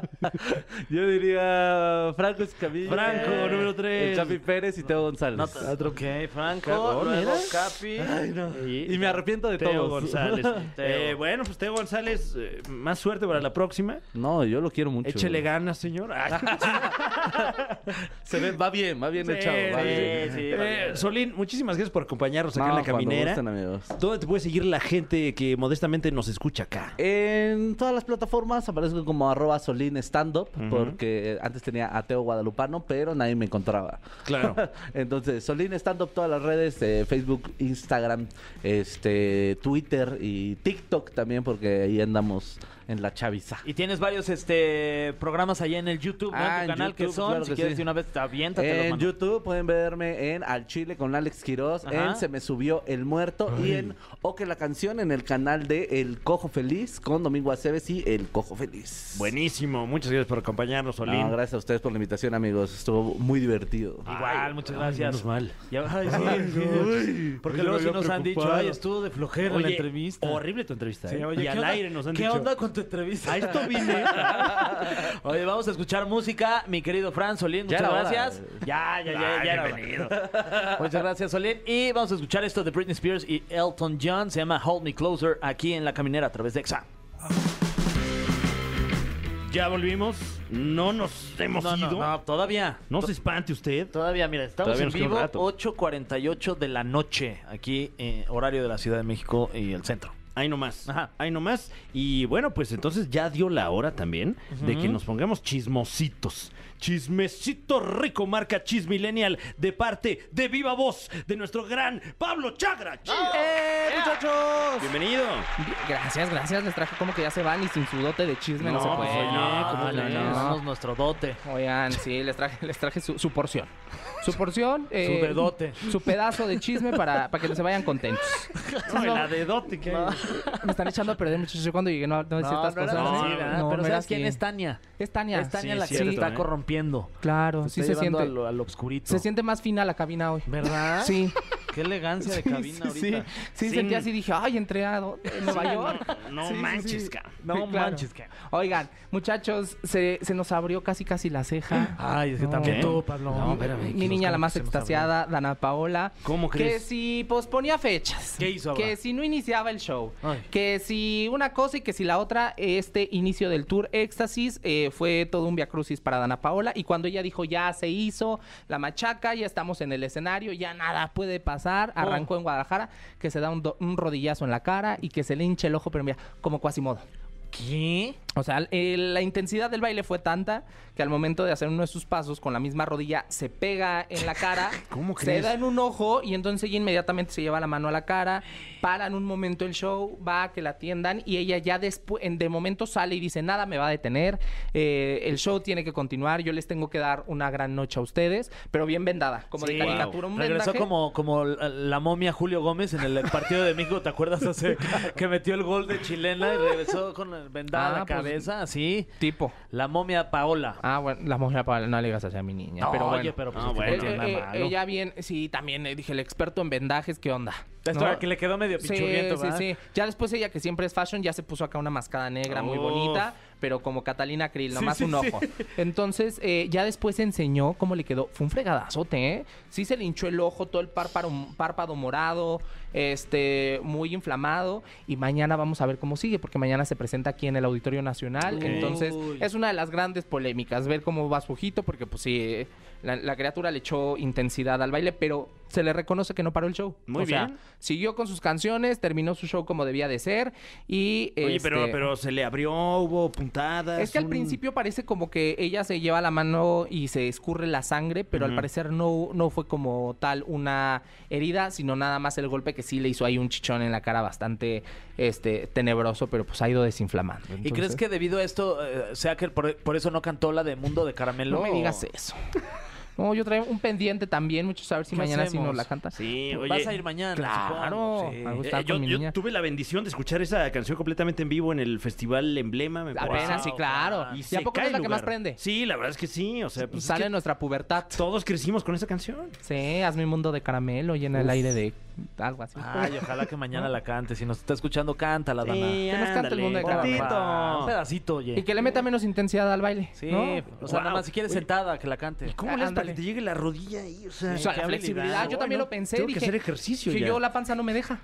[SPEAKER 6] Yo diría Franco Escamilla.
[SPEAKER 2] Franco,
[SPEAKER 6] eh,
[SPEAKER 2] número tres.
[SPEAKER 6] El Capi Pérez y Teo González.
[SPEAKER 3] No, te- ok, Franco,
[SPEAKER 2] Cagón,
[SPEAKER 3] luego
[SPEAKER 2] ¿eres?
[SPEAKER 3] Capi.
[SPEAKER 6] Y me arrepiento de
[SPEAKER 2] Teo
[SPEAKER 6] todos.
[SPEAKER 2] González. Eh,
[SPEAKER 3] Teo.
[SPEAKER 2] bueno, pues Teo González, eh, más suerte para la próxima.
[SPEAKER 6] No, yo lo quiero mucho.
[SPEAKER 2] Échele ganas, señor. Ay,
[SPEAKER 6] Se ve va bien, va bien el Ah, chavo. va bien.
[SPEAKER 3] sí, sí,
[SPEAKER 2] Eh, Solín, muchísimas gracias por acompañarnos acá
[SPEAKER 6] No,
[SPEAKER 2] en la
[SPEAKER 6] cuando
[SPEAKER 2] caminera.
[SPEAKER 6] gusten, amigos.
[SPEAKER 2] ¿Dónde te puede seguir la gente que modestamente nos escucha acá?
[SPEAKER 6] Eh, En todas las plataformas aparezco como arroba solín stand up, porque antes tenía ateo guadalupano, pero nadie me encontraba.
[SPEAKER 2] Claro.
[SPEAKER 6] Entonces, solín stand up, todas las redes, eh, Facebook, Instagram, este, Twitter y TikTok también, porque ahí andamos en la chaviza.
[SPEAKER 3] Y tienes varios este programas allá en el YouTube, ¿no? En
[SPEAKER 6] Ah,
[SPEAKER 3] tu
[SPEAKER 6] en
[SPEAKER 3] canal que
[SPEAKER 6] YouTube,
[SPEAKER 3] son,
[SPEAKER 6] claro
[SPEAKER 3] si
[SPEAKER 6] que
[SPEAKER 3] quieres
[SPEAKER 6] sí.
[SPEAKER 3] de una vez te aviéntate los
[SPEAKER 6] En
[SPEAKER 3] mando.
[SPEAKER 6] YouTube pueden verme en Al Chile con Alex Quiroz,
[SPEAKER 3] Ajá.
[SPEAKER 6] en Se me subió el muerto y en O que la canción en el canal de El Cojo Feliz con Domingo Aceves y El Cojo Feliz.
[SPEAKER 2] Buenísimo, muchas gracias por acompañarnos, Solín.
[SPEAKER 6] No, gracias a ustedes por la invitación, amigos. Estuvo muy divertido.
[SPEAKER 8] Ah.
[SPEAKER 3] Igual, muchas gracias.
[SPEAKER 2] menos mal.
[SPEAKER 3] Ya- ay, sí, sí. Porque luego sí nos han dicho, ay, estuvo de flojera la
[SPEAKER 2] Oye,
[SPEAKER 3] entrevista.
[SPEAKER 2] Horrible tu entrevista.
[SPEAKER 3] Sí,
[SPEAKER 2] ¿eh?
[SPEAKER 3] oye,
[SPEAKER 2] y
[SPEAKER 3] ¿qué
[SPEAKER 2] al
[SPEAKER 3] onda-
[SPEAKER 2] aire nos han
[SPEAKER 3] ¿Qué
[SPEAKER 2] dicho.
[SPEAKER 3] onda con tu entrevista?
[SPEAKER 2] A esto vine.
[SPEAKER 3] Oye, vamos a escuchar música, mi querido Fran Solín,
[SPEAKER 6] Ya
[SPEAKER 3] muchas
[SPEAKER 6] era hora.
[SPEAKER 3] gracias. Ya, ya, ya, ya. era hora. Muchas gracias, Solín. Y vamos a escuchar esto de Britney Spears y Elton John. Se llama Hold Me Closer aquí en La Caminera a través de EXA.
[SPEAKER 2] Ya volvimos. No nos hemos
[SPEAKER 3] No, no,
[SPEAKER 2] ido.
[SPEAKER 3] no, todavía.
[SPEAKER 2] No se espante usted.
[SPEAKER 3] Todavía, mira, estamos
[SPEAKER 2] Todavía
[SPEAKER 3] en
[SPEAKER 2] nos queda un
[SPEAKER 3] vivo
[SPEAKER 2] rato.
[SPEAKER 3] 8.48 de la noche, aquí, eh, horario de la Ciudad de México y el centro.
[SPEAKER 2] Ahí nomás.
[SPEAKER 3] Ajá.
[SPEAKER 2] Ahí nomás. Y bueno, pues entonces ya dio la hora también de que nos pongamos chismositos. Chismecito rico, marca Chismillennial, de parte de viva voz de nuestro gran Pablo Chagra.
[SPEAKER 8] ¡Eh, muchachos!
[SPEAKER 2] Bienvenido.
[SPEAKER 8] Gracias, gracias. Les traje como que ya se van y sin su dote de chisme no,
[SPEAKER 2] No,
[SPEAKER 8] se
[SPEAKER 2] pues,
[SPEAKER 8] puede.
[SPEAKER 2] oye, ¿cómo
[SPEAKER 8] no,
[SPEAKER 2] crees?
[SPEAKER 8] no.
[SPEAKER 3] Somos nuestro dote.
[SPEAKER 8] Oigan, sí, les traje, les traje su, su porción. Su porción. eh,
[SPEAKER 3] dedote.
[SPEAKER 8] Su pedazo de chisme para, para que se vayan contentos.
[SPEAKER 2] No, la de Dote que hay.
[SPEAKER 8] Me están echando a perder, muchachos. Yo cuando llegué no, no decía estas cosas.
[SPEAKER 2] así,
[SPEAKER 8] ¿eh?
[SPEAKER 3] ¿verdad?
[SPEAKER 8] No,
[SPEAKER 3] pero
[SPEAKER 8] no era
[SPEAKER 3] ¿sabes quién
[SPEAKER 8] así.
[SPEAKER 3] es Tania?
[SPEAKER 8] Es Tania.
[SPEAKER 3] Es Tania
[SPEAKER 2] Sí,
[SPEAKER 3] la que se
[SPEAKER 2] cierto,
[SPEAKER 3] está
[SPEAKER 2] ¿eh?
[SPEAKER 3] corrompiendo.
[SPEAKER 8] Claro,
[SPEAKER 3] Se
[SPEAKER 8] sí
[SPEAKER 3] está
[SPEAKER 8] se
[SPEAKER 3] llevando
[SPEAKER 8] siente.
[SPEAKER 3] Al, al obscurito.
[SPEAKER 8] Se siente más fina la cabina hoy.
[SPEAKER 3] ¿Verdad?
[SPEAKER 8] Sí.
[SPEAKER 3] Qué elegancia de
[SPEAKER 8] Sí,
[SPEAKER 3] cabina
[SPEAKER 8] sí,
[SPEAKER 3] ahorita.
[SPEAKER 8] Sí, sí, sentí así, dije, ay, entré a do- en Nueva York.
[SPEAKER 2] no
[SPEAKER 8] Sí, sí,
[SPEAKER 2] manches,
[SPEAKER 8] sí.
[SPEAKER 2] cabrón.
[SPEAKER 3] No
[SPEAKER 8] Sí, claro.
[SPEAKER 3] manches, que...
[SPEAKER 8] Oigan, muchachos, se, se nos abrió casi casi la ceja.
[SPEAKER 3] Ay, es que
[SPEAKER 8] No.
[SPEAKER 3] también
[SPEAKER 2] ¿Qué?
[SPEAKER 3] tú, Pablo.
[SPEAKER 2] No, espérame, aquí
[SPEAKER 8] Mi niña
[SPEAKER 3] buscando
[SPEAKER 8] la más
[SPEAKER 3] que se nos
[SPEAKER 8] extasiada, Dana Paola.
[SPEAKER 2] ¿Cómo
[SPEAKER 8] Que
[SPEAKER 2] crees?
[SPEAKER 8] si posponía fechas.
[SPEAKER 3] ¿Qué hizo ahora?
[SPEAKER 8] Que si no iniciaba el show.
[SPEAKER 3] Ay.
[SPEAKER 8] Que si una cosa y que si la otra, este inicio del tour Éxtasis eh, fue todo un viacrucis para Dana Paola. Y cuando ella dijo, ya se hizo la machaca, ya estamos en el escenario, ya nada puede pasar,
[SPEAKER 3] Oh.
[SPEAKER 8] arrancó en Guadalajara, que se da un, do- un rodillazo en la cara y que se le hinche el ojo, pero mira, como Quasimodo.
[SPEAKER 3] ¿Qué?
[SPEAKER 8] O sea, eh, la intensidad del baile fue tanta que al momento de hacer uno de sus pasos con la misma rodilla se pega en la cara,
[SPEAKER 2] ¿Cómo
[SPEAKER 8] se
[SPEAKER 2] crees?
[SPEAKER 8] da en un ojo y entonces ella inmediatamente se lleva la mano a la cara, paran un momento el show, va a que la atiendan y ella ya después, de momento sale y dice, nada me va a detener, eh, el show tiene que continuar, yo les tengo que dar una gran noche a ustedes, pero bien vendada, como
[SPEAKER 3] Sí.
[SPEAKER 8] de caricatura, un
[SPEAKER 3] Regresó
[SPEAKER 8] vendaje.
[SPEAKER 3] como, como la- la momia Julio Gómez en el partido de México, ¿te acuerdas? Hace que metió el gol de chilena y regresó con el vendada
[SPEAKER 8] Ah,
[SPEAKER 3] la
[SPEAKER 8] pues-
[SPEAKER 3] cabeza, así.
[SPEAKER 8] Tipo.
[SPEAKER 3] La momia Paola.
[SPEAKER 8] Ah, bueno, la mujer, Paola, no le digas así a mi niña, pero bueno.
[SPEAKER 3] Oye, pero pues
[SPEAKER 2] Ah,
[SPEAKER 3] es que
[SPEAKER 2] bueno.
[SPEAKER 3] no tiene
[SPEAKER 8] Eh,
[SPEAKER 3] nada
[SPEAKER 8] eh,
[SPEAKER 3] malo.
[SPEAKER 8] ella bien, sí, también eh, dije, el experto en vendajes, ¿qué onda?
[SPEAKER 3] Esto
[SPEAKER 8] ¿No?
[SPEAKER 3] era que le quedó medio
[SPEAKER 8] Sí,
[SPEAKER 3] pichurriento,
[SPEAKER 8] sí,
[SPEAKER 3] ¿verdad?
[SPEAKER 8] sí. Ya después ella, que siempre es fashion, ya se puso acá una mascada negra muy
[SPEAKER 2] Uf.
[SPEAKER 8] bonita, pero como Catalina Krill, nomás
[SPEAKER 3] sí,
[SPEAKER 8] un
[SPEAKER 3] sí.
[SPEAKER 8] ojo. Entonces, eh, ya después enseñó cómo le quedó. Fue un fregadazote, ¿eh? Sí se le hinchó el ojo, todo el párpado, párpado morado, este, muy inflamado. Y mañana vamos a ver cómo sigue, porque mañana se presenta aquí en el Auditorio Nacional.
[SPEAKER 2] Ok.
[SPEAKER 8] Entonces,
[SPEAKER 3] Uy.
[SPEAKER 8] es una de las grandes polémicas, ver cómo va su ojito, porque pues sí, eh, la, la criatura le echó intensidad al baile, pero se le reconoce que no paró el show.
[SPEAKER 2] Muy
[SPEAKER 8] O sea,
[SPEAKER 2] bien.
[SPEAKER 8] siguió con sus canciones, terminó su show como debía de ser y...
[SPEAKER 2] Oye, pero,
[SPEAKER 8] este,
[SPEAKER 2] pero se le abrió, hubo puntadas.
[SPEAKER 8] Es que al
[SPEAKER 2] un-
[SPEAKER 8] principio parece como que ella se lleva la mano y se escurre la sangre, pero al
[SPEAKER 2] Ujú.
[SPEAKER 8] parecer no, no fue como tal una herida, sino nada más el golpe que sí le hizo ahí un chichón en la cara bastante este tenebroso, pero pues ha ido desinflamando.
[SPEAKER 3] ¿Y crees
[SPEAKER 8] Entonces-
[SPEAKER 3] que debido a esto, eh, sea que por, por eso no cantó la de Mundo de Caramelo?
[SPEAKER 8] No me digas eso. No, yo traigo un pendiente también, muchos a ver si
[SPEAKER 3] ¿Qué
[SPEAKER 8] mañana sí
[SPEAKER 3] hacemos?
[SPEAKER 8] nos la canta.
[SPEAKER 2] Sí, oye.
[SPEAKER 3] Vas a ir mañana.
[SPEAKER 8] Claro.
[SPEAKER 3] supongo, Eh, sí.
[SPEAKER 8] Algo
[SPEAKER 2] Eh,
[SPEAKER 8] estaba
[SPEAKER 2] yo,
[SPEAKER 8] con mi
[SPEAKER 2] yo
[SPEAKER 8] niña.
[SPEAKER 2] tuve la bendición de escuchar esa canción completamente en vivo en el Festival Emblema, me parece.
[SPEAKER 8] Apenas, sí,
[SPEAKER 3] Wow,
[SPEAKER 8] claro.
[SPEAKER 3] ojalá.
[SPEAKER 8] ¿Y,
[SPEAKER 2] se
[SPEAKER 8] a poco no
[SPEAKER 2] cae
[SPEAKER 8] es la
[SPEAKER 2] el
[SPEAKER 8] que más
[SPEAKER 2] lugar.
[SPEAKER 8] prende?
[SPEAKER 2] Sí, la verdad es que sí. O sea, pues es
[SPEAKER 8] Sale
[SPEAKER 2] que
[SPEAKER 8] nuestra pubertad.
[SPEAKER 2] todos crecimos con esa canción.
[SPEAKER 8] Sí, hazme un mundo de caramelo llena el aire de algo así.
[SPEAKER 3] Ay, ojalá que mañana la cante. Si nos está escuchando, cántala, Dana.
[SPEAKER 8] Que nos cante el mundo de
[SPEAKER 3] Porfa,
[SPEAKER 8] ándale.
[SPEAKER 3] Un pedacito, oye.
[SPEAKER 8] y que le meta menos intensidad al baile.
[SPEAKER 3] Sí,
[SPEAKER 8] ¿no?
[SPEAKER 3] o sea, nada
[SPEAKER 2] Wow.
[SPEAKER 3] más si quieres sentada, que la cante.
[SPEAKER 2] ¿Cómo le haces para que que te llegue la rodilla ahí, o sea,
[SPEAKER 8] O sea,
[SPEAKER 2] qué
[SPEAKER 8] la flexibilidad.
[SPEAKER 2] habilidad.
[SPEAKER 8] Yo también
[SPEAKER 2] Bueno,
[SPEAKER 8] lo pensé.
[SPEAKER 2] Tengo
[SPEAKER 8] dije,
[SPEAKER 2] que hacer ejercicio
[SPEAKER 8] Que
[SPEAKER 2] ya.
[SPEAKER 8] yo la panza no me deja.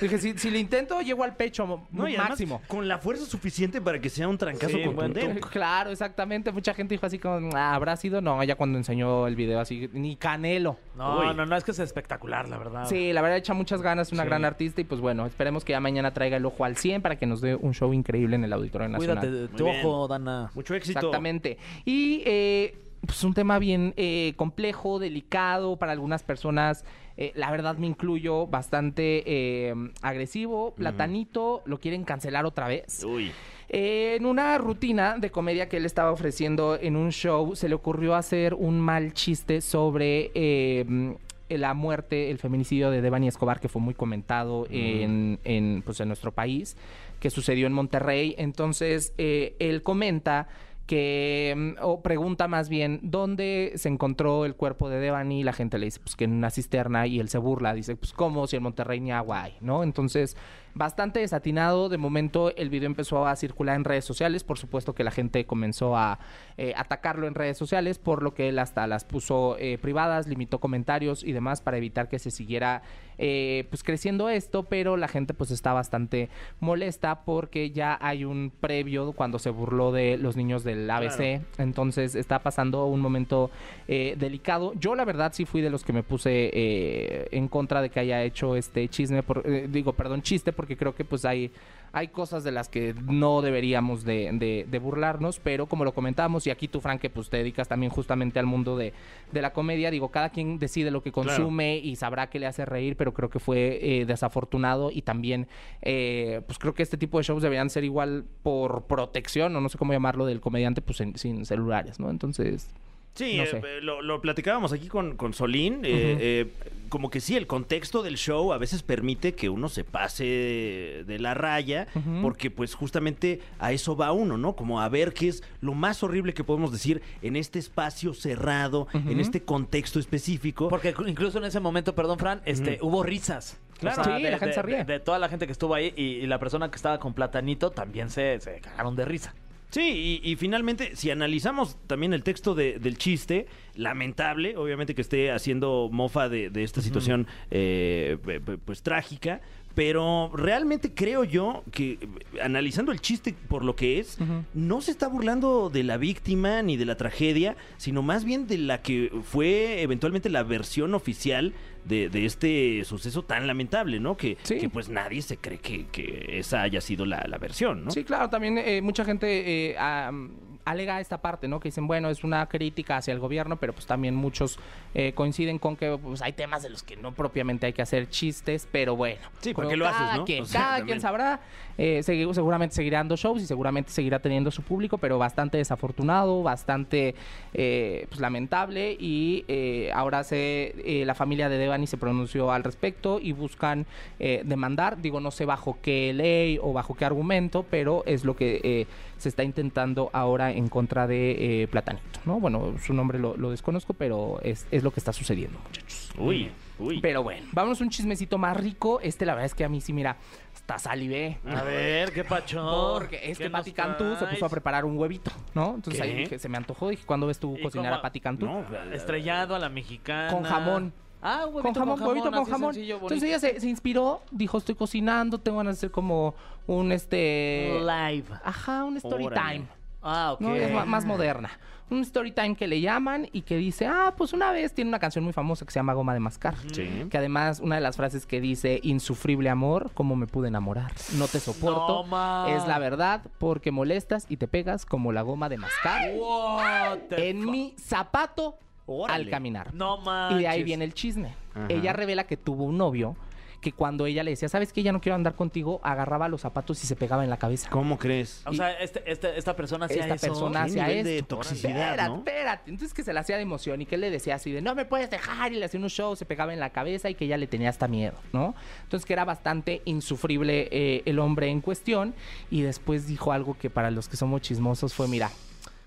[SPEAKER 8] dije, si, si le intento, llego al pecho mo-
[SPEAKER 2] No, y además,
[SPEAKER 8] máximo.
[SPEAKER 2] con la fuerza suficiente para que sea un trancazo
[SPEAKER 3] Sí,
[SPEAKER 2] contundente.
[SPEAKER 8] Claro, exactamente. Mucha gente dijo así como, "Ah, ¿habrá sido? No, ya cuando enseñó el video así, ni Canelo.
[SPEAKER 3] No,
[SPEAKER 2] Uy.
[SPEAKER 3] no, no, es que es espectacular, la
[SPEAKER 2] Ah.
[SPEAKER 3] verdad.
[SPEAKER 8] Sí, la verdad echa muchas ganas, una
[SPEAKER 3] Sí.
[SPEAKER 8] gran artista y pues bueno, esperemos que ya mañana traiga el ojo al 100 para que nos dé un show increíble en el Auditorio Nacional.
[SPEAKER 3] Cuídate de tu
[SPEAKER 2] Muy bien.
[SPEAKER 3] ojo, Dana.
[SPEAKER 2] Mucho éxito.
[SPEAKER 8] Exactamente. Y eh, pues un tema bien eh, complejo, delicado para algunas personas. eh, la verdad me incluyo, bastante eh, agresivo. Platanito, lo quieren cancelar otra vez.
[SPEAKER 2] Uy.
[SPEAKER 8] Eh, en una rutina de comedia que él estaba ofreciendo en un show, se le ocurrió hacer un mal chiste sobre eh, mm, la muerte, el feminicidio de Devani Escobar, que fue muy comentado en, en, pues, en nuestro país, que sucedió en Monterrey. Entonces, eh, él comenta que, mm, o pregunta más bien, ¿dónde se encontró el cuerpo de Devani? La gente le dice, pues que en una cisterna y él se burla, dice, pues cómo, si en Monterrey ni agua hay, ¿no? Entonces, bastante desatinado, de momento el video empezó a circular en redes sociales, por supuesto que la gente comenzó a eh, atacarlo en redes sociales, por lo que él hasta las puso eh, privadas, limitó comentarios y demás para evitar que se siguiera eh, pues creciendo esto, pero la gente pues está bastante molesta porque ya hay un previo cuando se burló de los niños del ABC, entonces está pasando un momento eh, delicado. Yo la verdad sí fui de los que me puse eh, en contra de que haya hecho este chisme, por- eh, digo, perdón, chiste, porque creo que pues hay, hay cosas de las que no deberíamos de, de- de burlarnos, pero como lo comentábamos, y aquí tú, Frank, que pues te dedicas también justamente al mundo de, de la comedia, digo, cada quien decide lo que consume y sabrá qué le hace reír, pero creo que fue eh, desafortunado y también, eh, pues creo que este tipo de shows deberían ser igual por protección, o no sé cómo llamarlo, del comediante, pues en- sin celulares, ¿no? Entonces...
[SPEAKER 2] Sí,
[SPEAKER 8] No
[SPEAKER 2] eh,
[SPEAKER 8] sé.
[SPEAKER 2] eh, lo, lo platicábamos aquí con, con Solín. eh, eh, como que sí, el contexto del show a veces permite que uno se pase de, de la raya,
[SPEAKER 8] Ujú.
[SPEAKER 2] porque pues justamente a eso va uno, ¿no? Como a ver qué es lo más horrible que podemos decir en este espacio cerrado, en
[SPEAKER 8] Ujú.
[SPEAKER 2] este contexto específico.
[SPEAKER 3] Porque cu- incluso en ese momento, perdón, Fran, este, hubo risas.
[SPEAKER 8] Claro. Sí, la gente se
[SPEAKER 3] De,
[SPEAKER 8] ríe.
[SPEAKER 3] de toda la gente que estuvo ahí y, y la persona que estaba con Platanito también se, se cagaron de risa.
[SPEAKER 2] Sí, y, y finalmente, si analizamos también el texto de- del chiste, lamentable, obviamente que esté haciendo mofa de, de esta situación, eh, pe- pe- pues trágica, pero realmente creo yo que eh, analizando el chiste por lo que es, no se está burlando de la víctima ni de la tragedia, sino más bien de la que fue eventualmente la versión oficial de, de este suceso tan lamentable, ¿no? Que,
[SPEAKER 8] Sí.
[SPEAKER 2] que, pues nadie se cree que, que esa haya sido la, la versión, ¿no?
[SPEAKER 8] Sí, claro, también eh, mucha gente eh, ah, mm, alega esta parte, ¿no? Que dicen, bueno, es una crítica hacia el gobierno, pero pues también muchos eh, coinciden con que pues, hay temas de los que no propiamente hay que hacer chistes, pero bueno.
[SPEAKER 2] Sí, ¿para
[SPEAKER 8] Como
[SPEAKER 2] qué lo haces,
[SPEAKER 8] cada
[SPEAKER 2] no?
[SPEAKER 8] Quien,
[SPEAKER 2] O sea,
[SPEAKER 8] cada
[SPEAKER 2] también.
[SPEAKER 8] quien sabrá, eh, segui- seguramente seguirá dando shows y seguramente seguirá teniendo su público, pero bastante desafortunado, bastante eh, pues, lamentable y eh, ahora se eh, la familia de Devani se pronunció al respecto y buscan eh, demandar, digo no sé bajo qué ley o bajo qué argumento, pero es lo que eh, se está intentando ahora en contra de eh, Platanito, ¿no? Bueno, su nombre lo, lo desconozco, pero es, es lo que está sucediendo, muchachos.
[SPEAKER 2] Uy, uy.
[SPEAKER 8] Pero bueno, vámonos a un chismecito más rico. Este, la verdad es que a mí sí, mira, hasta salivé.
[SPEAKER 3] A ver, qué pachón.
[SPEAKER 8] Porque este Pati Cantú se puso a preparar un huevito, ¿no? Entonces ahí
[SPEAKER 2] ¿Qué?
[SPEAKER 8] dije, se me antojó. Dije, ¿cuándo ves tú
[SPEAKER 3] ¿Y
[SPEAKER 8] cocinar
[SPEAKER 3] cómo?
[SPEAKER 8] a Pati Cantú?
[SPEAKER 2] No, la- la-
[SPEAKER 3] Estrellado a la mexicana.
[SPEAKER 8] eh, Con jamón.
[SPEAKER 3] Ah, huevito
[SPEAKER 8] con jamón, huevito con
[SPEAKER 3] así
[SPEAKER 8] jamón.
[SPEAKER 3] sencillo,
[SPEAKER 8] Entonces
[SPEAKER 3] bonito.
[SPEAKER 8] ella se, se inspiró, dijo, estoy cocinando, tengo ganas de hacer como un, este...
[SPEAKER 3] Live.
[SPEAKER 8] Ajá, un story
[SPEAKER 2] Órale.
[SPEAKER 8] time.
[SPEAKER 3] Ah, ok.
[SPEAKER 8] ¿no? Es ma- más moderna. Un story time que le llaman y que dice, ah, pues una vez tiene una canción muy famosa que se llama Goma de Mascar.
[SPEAKER 2] Sí.
[SPEAKER 8] Que además una de las frases que dice, insufrible amor, ¿cómo me pude enamorar? No te soporto.
[SPEAKER 3] No, ma.
[SPEAKER 8] es la verdad porque molestas y te pegas como la goma de mascar
[SPEAKER 3] What the
[SPEAKER 8] en
[SPEAKER 3] fu-
[SPEAKER 8] mi zapato
[SPEAKER 2] Órale.
[SPEAKER 8] al caminar.
[SPEAKER 3] No más.
[SPEAKER 8] Y de ahí viene el chisme.
[SPEAKER 2] Ajá.
[SPEAKER 8] Ella revela que tuvo un novio que cuando ella le decía, ¿sabes que Ya no quiero andar contigo, agarraba los zapatos y se pegaba en la cabeza.
[SPEAKER 2] ¿Cómo crees?
[SPEAKER 3] O sea, este, este- esta persona hacía
[SPEAKER 8] esta
[SPEAKER 3] eso.
[SPEAKER 8] persona
[SPEAKER 2] ¿Qué
[SPEAKER 8] hacía
[SPEAKER 2] nivel de
[SPEAKER 8] esto.
[SPEAKER 2] toxicidad,
[SPEAKER 8] espérate,
[SPEAKER 2] no?
[SPEAKER 8] espérate. Entonces que se la hacía de emoción y que él le decía así de no me puedes dejar y le hacía un show, se pegaba en la cabeza y que ya le tenía hasta miedo, ¿no? Entonces que era bastante insufrible eh, el hombre en cuestión y después dijo algo que para los que somos chismosos fue, mira,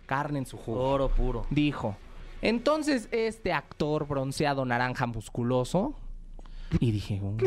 [SPEAKER 8] carne en su jugo
[SPEAKER 3] Oro puro.
[SPEAKER 8] dijo. Entonces, este actor bronceado naranja musculoso Y dije, "Oh".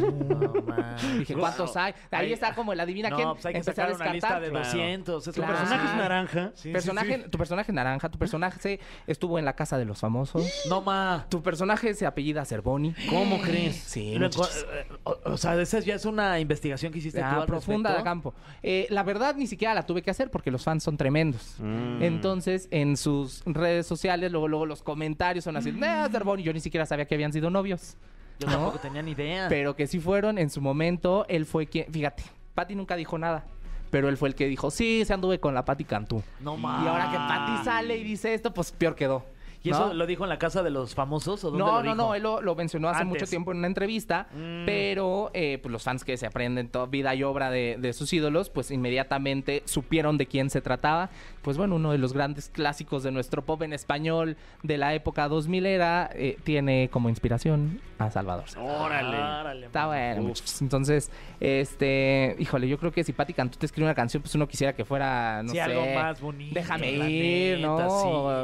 [SPEAKER 8] dije ¿cuántos hay? Ahí
[SPEAKER 3] Ahí-
[SPEAKER 8] está como el adivina
[SPEAKER 3] No,
[SPEAKER 8] quién.
[SPEAKER 3] pues hay que
[SPEAKER 8] Empecé a
[SPEAKER 3] sacar una lista
[SPEAKER 8] descartar.
[SPEAKER 3] de 200. Es
[SPEAKER 8] Claro.
[SPEAKER 3] un personaje.
[SPEAKER 8] Personajes
[SPEAKER 2] naranja.
[SPEAKER 8] personaje, Tu personaje naranja, tu personaje estuvo en la casa de los famosos.
[SPEAKER 3] No, ma.
[SPEAKER 8] Tu personaje se apellida Cervoni.
[SPEAKER 3] ¿Cómo crees?
[SPEAKER 8] Sí,
[SPEAKER 3] Lo
[SPEAKER 8] muchachos.
[SPEAKER 3] encu- eh, o, o sea, esa ya es una investigación que hiciste
[SPEAKER 8] Ah,
[SPEAKER 3] tú al
[SPEAKER 8] profunda de
[SPEAKER 3] respecto.
[SPEAKER 8] campo. Eh, la verdad ni siquiera la tuve que hacer porque los fans son tremendos.
[SPEAKER 3] Mm.
[SPEAKER 8] Entonces, en sus redes sociales, luego, luego los comentarios son así,
[SPEAKER 3] Mm.
[SPEAKER 8] "Nah, Cervoni", yo ni siquiera sabía que habían sido novios.
[SPEAKER 3] Yo tampoco tenía ni idea.
[SPEAKER 8] Pero que sí fueron en su momento, él fue quien, fíjate, Patty nunca dijo nada. Pero él fue el que dijo, sí, se anduve con la Patty Cantú.
[SPEAKER 3] No, ma.
[SPEAKER 8] Y ahora que Patty sale y dice esto, pues peor quedó.
[SPEAKER 3] ¿Y eso
[SPEAKER 8] ¿no?
[SPEAKER 3] lo dijo en la casa de los famosos o dónde
[SPEAKER 8] No,
[SPEAKER 3] lo dijo?
[SPEAKER 8] no, no, él lo, lo mencionó hace mucho
[SPEAKER 3] Antes. Mm.
[SPEAKER 8] tiempo en una entrevista, pero eh, pues los fans que se aprenden toda vida y obra de, de sus ídolos, pues inmediatamente supieron de quién se trataba. Pues bueno, uno de los grandes clásicos de nuestro pop en español de la época 2000 era, eh, tiene como inspiración a Salvador. Sáenz.
[SPEAKER 3] Órale. Órale.
[SPEAKER 8] Está bueno, muchachos. Entonces, este, híjole, yo creo que si Pati Cantú te escribe una canción, pues uno quisiera que fuera, no
[SPEAKER 3] Sí,
[SPEAKER 8] sé,
[SPEAKER 3] algo más bonito,
[SPEAKER 8] Déjame
[SPEAKER 3] la
[SPEAKER 8] ir,
[SPEAKER 3] neta,
[SPEAKER 8] ¿no?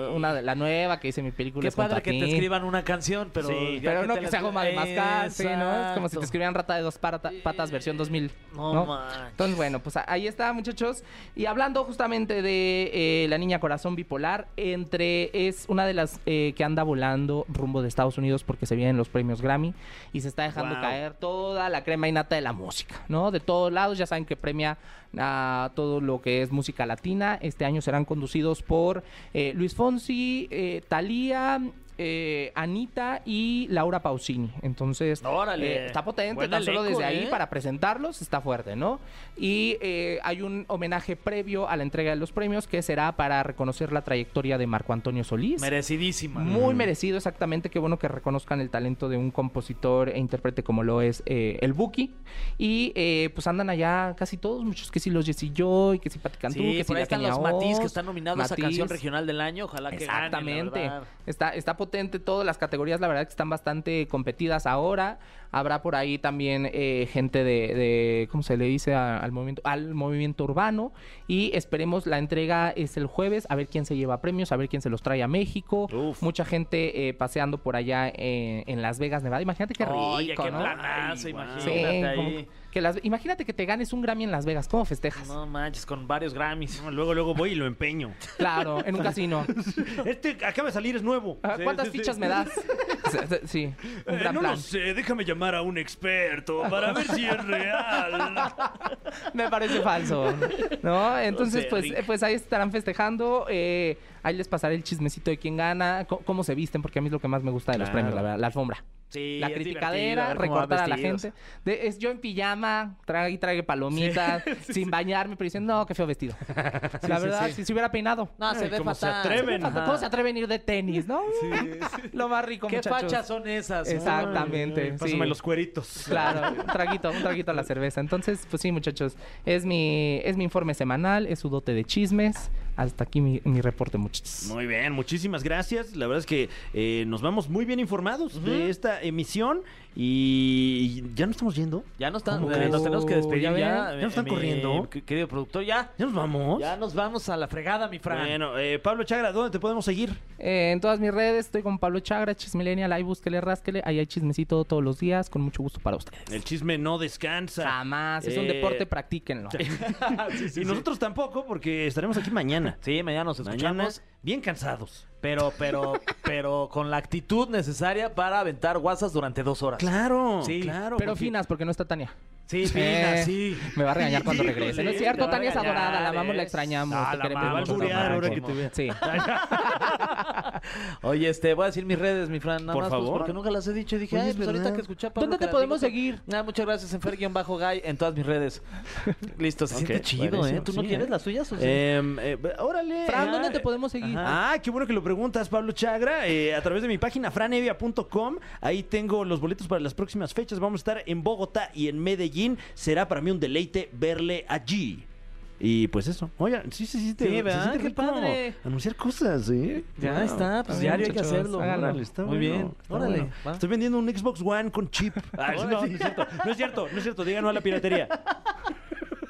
[SPEAKER 3] sí.
[SPEAKER 8] Una de- la nueva que hice mi película.
[SPEAKER 3] Qué
[SPEAKER 8] es junto
[SPEAKER 3] padre
[SPEAKER 8] a
[SPEAKER 3] que te
[SPEAKER 8] ti.
[SPEAKER 3] escriban una canción, pero.
[SPEAKER 2] Sí,
[SPEAKER 3] ya
[SPEAKER 8] Pero no
[SPEAKER 3] te
[SPEAKER 8] que
[SPEAKER 3] la
[SPEAKER 8] se haga más de mascar, sí, ¿no? Es como si
[SPEAKER 3] Exacto.
[SPEAKER 8] te escribieran Rata de dos parta- patas versión 2000,
[SPEAKER 3] No
[SPEAKER 8] ¿no?
[SPEAKER 3] manches.
[SPEAKER 8] Entonces, bueno, pues a- ahí está, muchachos. Y hablando justamente de eh, la niña corazón bipolar, entre es una de las eh, que anda volando rumbo de Estados Unidos porque se vienen los premios Grammy y se está dejando
[SPEAKER 2] Wow.
[SPEAKER 8] caer toda la crema innata de la música, ¿no? De todos lados, ya saben que premia a todo lo que es música latina. Este año serán conducidos por eh, Luis Fonsi, eh, Thalía, eh, Anita y Laura Pausini. Entonces,
[SPEAKER 3] Órale.
[SPEAKER 8] eh, está potente,
[SPEAKER 3] Buen
[SPEAKER 8] tan solo
[SPEAKER 3] elenco,
[SPEAKER 8] desde ahí
[SPEAKER 3] ¿eh?
[SPEAKER 8] para presentarlos está fuerte, ¿no? Y eh, hay un homenaje previo a la entrega de los premios que será para reconocer la trayectoria de Marco Antonio Solís.
[SPEAKER 3] Merecidísima.
[SPEAKER 8] Muy merecido, exactamente. Qué bueno que reconozcan el talento de un compositor e intérprete como lo es eh, el Buki. Y eh, pues andan allá casi todos, muchos que si los Jessy Joy, que si Pati Cantú,
[SPEAKER 3] Sí,
[SPEAKER 8] que si
[SPEAKER 3] por ahí
[SPEAKER 8] la
[SPEAKER 3] están
[SPEAKER 8] Kenia
[SPEAKER 3] los Matiz que
[SPEAKER 8] Oz,
[SPEAKER 3] están nominados a canción
[SPEAKER 8] Matiz.
[SPEAKER 3] regional del año. Ojalá que ganen, la
[SPEAKER 8] Exactamente.
[SPEAKER 3] verdad.
[SPEAKER 8] está, está potente todas las categorías, la verdad que están bastante competidas ahora. Habrá por ahí también eh, gente de, de- ¿cómo se le dice a- al movimiento? Al movimiento urbano. Y esperemos la entrega es el jueves, a ver quién se lleva premios, a ver quién se los trae a México.
[SPEAKER 2] Uf.
[SPEAKER 8] Mucha gente eh, paseando por allá eh, en Las Vegas, Nevada. Imagínate qué rico,
[SPEAKER 3] Oye, qué
[SPEAKER 8] ¿no?
[SPEAKER 3] planazo,
[SPEAKER 2] Ay,
[SPEAKER 3] imagínate
[SPEAKER 8] Sí, como
[SPEAKER 3] ahí.
[SPEAKER 8] que las- imagínate que te ganes un Grammy en Las Vegas, ¿cómo festejas?
[SPEAKER 3] No manches, con varios Grammys.
[SPEAKER 2] Luego, luego voy y lo empeño.
[SPEAKER 8] Claro, en un casino.
[SPEAKER 2] Este acaba de salir, es nuevo.
[SPEAKER 8] Ah,
[SPEAKER 2] Sí,
[SPEAKER 8] ¿Cuántas
[SPEAKER 2] sí, sí.
[SPEAKER 8] fichas me das? Sí, un
[SPEAKER 2] Eh,
[SPEAKER 8] gran
[SPEAKER 2] no
[SPEAKER 8] plan.
[SPEAKER 2] lo sé, déjame llamar a un experto para ver si es real.
[SPEAKER 8] Me parece falso. ¿No? Entonces,
[SPEAKER 2] sé,
[SPEAKER 8] pues,
[SPEAKER 2] Rick.
[SPEAKER 8] eh, pues ahí estarán festejando. eh, ahí les pasaré el chismecito de quién gana, co- cómo se visten, porque a mí es lo que más me gusta de los
[SPEAKER 2] Claro.
[SPEAKER 8] premios, la verdad, la alfombra.
[SPEAKER 3] Sí,
[SPEAKER 8] la
[SPEAKER 3] es divertido, a
[SPEAKER 8] criticadera,
[SPEAKER 3] ver cómo van
[SPEAKER 8] recortar a la
[SPEAKER 3] vestidos.
[SPEAKER 8] gente. De- es yo en pijama, trague y trague palomitas, sin bañarme, pero diciendo, no, qué feo vestido. la verdad, si se hubiera peinado.
[SPEAKER 3] No, se
[SPEAKER 2] Ay,
[SPEAKER 3] ve
[SPEAKER 2] cómo se
[SPEAKER 3] fatal.
[SPEAKER 2] atreven.
[SPEAKER 3] ve fatal.
[SPEAKER 8] ¿Cómo se atreven a ir de tenis, no? Lo más rico,
[SPEAKER 3] ¿Qué
[SPEAKER 8] muchachos.
[SPEAKER 3] fachas son esas?
[SPEAKER 8] Exactamente. sí.
[SPEAKER 2] Pásame los cueritos.
[SPEAKER 8] Claro, un traguito, un traguito a la cerveza. Entonces, pues sí, muchachos, es mi, es mi informe semanal, es su dote de chismes. Hasta aquí mi, mi reporte, muchachos.
[SPEAKER 2] Muy bien, muchísimas gracias. La verdad es que eh, nos vamos muy bien informados de esta emisión y ya nos estamos yendo.
[SPEAKER 3] Ya nos, están,
[SPEAKER 2] ¿Cómo
[SPEAKER 3] eh,
[SPEAKER 2] crees?
[SPEAKER 3] nos tenemos que despedir
[SPEAKER 8] Oh, ¿Ya
[SPEAKER 3] ya.
[SPEAKER 8] ven?
[SPEAKER 2] ¿Ya nos están
[SPEAKER 3] mi
[SPEAKER 2] corriendo?
[SPEAKER 3] qu- Querido productor, ya.
[SPEAKER 2] Ya nos vamos.
[SPEAKER 3] Ya nos vamos a la fregada, mi Fran.
[SPEAKER 2] Bueno, eh, Pablo Chagra, ¿dónde te podemos seguir?
[SPEAKER 8] Eh, en todas mis redes estoy con Pablo Chagra, Chismilenial, ahí búsquele, rásquele, ahí hay chismecito todos los días, con mucho gusto para ustedes.
[SPEAKER 2] El chisme no descansa.
[SPEAKER 8] Jamás, es un
[SPEAKER 2] Eh,
[SPEAKER 8] deporte, practíquenlo.
[SPEAKER 3] Sí, sí,
[SPEAKER 2] Y
[SPEAKER 3] sí.
[SPEAKER 2] nosotros tampoco, porque estaremos aquí mañana.
[SPEAKER 3] Sí, mañana nos
[SPEAKER 2] Mañana,
[SPEAKER 3] escuchamos.
[SPEAKER 2] bien cansados.
[SPEAKER 3] Pero, pero, pero con la actitud necesaria para aventar guasas durante dos horas.
[SPEAKER 2] Claro,
[SPEAKER 3] Sí,
[SPEAKER 2] claro.
[SPEAKER 8] Pero
[SPEAKER 2] porque-
[SPEAKER 8] finas, porque no está Tania.
[SPEAKER 3] Sí, fina,
[SPEAKER 8] Eh,
[SPEAKER 3] sí.
[SPEAKER 8] Me va a regañar cuando
[SPEAKER 2] Híjole,
[SPEAKER 8] regrese. No es
[SPEAKER 2] te
[SPEAKER 8] cierto,
[SPEAKER 2] va
[SPEAKER 8] Tania es
[SPEAKER 2] a regañar,
[SPEAKER 8] adorada, la amamos, la
[SPEAKER 2] ¿eh?
[SPEAKER 8] extrañamos,
[SPEAKER 2] Ah,
[SPEAKER 8] te
[SPEAKER 2] la
[SPEAKER 8] queremos.
[SPEAKER 2] amamos,
[SPEAKER 8] mucho,
[SPEAKER 2] te va a
[SPEAKER 8] Tamayo.
[SPEAKER 2] alburear ahora que te vea.
[SPEAKER 8] Sí.
[SPEAKER 3] Oye, este, voy a decir mis redes, mi Fran, nada
[SPEAKER 2] Por
[SPEAKER 3] más, pues,
[SPEAKER 2] favor.
[SPEAKER 3] porque nunca las he dicho. Y dije,
[SPEAKER 2] Oye,
[SPEAKER 3] ay,
[SPEAKER 2] es
[SPEAKER 3] pues ahorita
[SPEAKER 2] verdad.
[SPEAKER 3] que escuché a Pablo
[SPEAKER 8] ¿Dónde te
[SPEAKER 3] Caradigo,
[SPEAKER 8] podemos
[SPEAKER 3] pues,
[SPEAKER 8] seguir?
[SPEAKER 3] Nada, muchas gracias, en Fer-Guy, en todas mis redes. Listo, se
[SPEAKER 2] Ok,
[SPEAKER 3] siente chido, ¿eh?
[SPEAKER 2] buenísimo,
[SPEAKER 3] ¿Tú no
[SPEAKER 2] sí,
[SPEAKER 3] quieres
[SPEAKER 2] ¿eh?
[SPEAKER 3] las suyas o sí?
[SPEAKER 2] Em, eh, órale.
[SPEAKER 8] Fran,
[SPEAKER 2] Ah,
[SPEAKER 8] ¿dónde te podemos seguir?
[SPEAKER 2] Ajá. Ah, qué bueno que lo preguntas, Pablo Chagra. Eh, a través de mi página franevia.com. Ahí tengo los boletos para las próximas fechas. Vamos a estar en Bogotá y en Medellín. Será para mí un deleite verle allí. Y pues eso. Oigan, sí, sí, sí. Te,
[SPEAKER 3] Sí,
[SPEAKER 2] se
[SPEAKER 3] ¿verdad?
[SPEAKER 2] siente
[SPEAKER 3] Qué
[SPEAKER 2] rico
[SPEAKER 3] padre.
[SPEAKER 2] Anunciar cosas, ¿eh?
[SPEAKER 3] Ya
[SPEAKER 2] Wow.
[SPEAKER 3] está, pues diario
[SPEAKER 8] Está bien,
[SPEAKER 3] hay que
[SPEAKER 8] muchachos,
[SPEAKER 3] hacerlo.
[SPEAKER 8] háganlo.
[SPEAKER 2] Órale, está
[SPEAKER 3] Muy
[SPEAKER 2] bueno,
[SPEAKER 3] bien,
[SPEAKER 2] está
[SPEAKER 3] órale.
[SPEAKER 2] bueno.
[SPEAKER 3] va.
[SPEAKER 2] Estoy vendiendo un Xbox One con chip. Ah, no, no es cierto. No es cierto, no es cierto. Digan no a la piratería.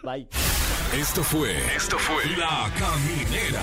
[SPEAKER 2] Bye.
[SPEAKER 1] Esto fue. Esto fue. La Caminera.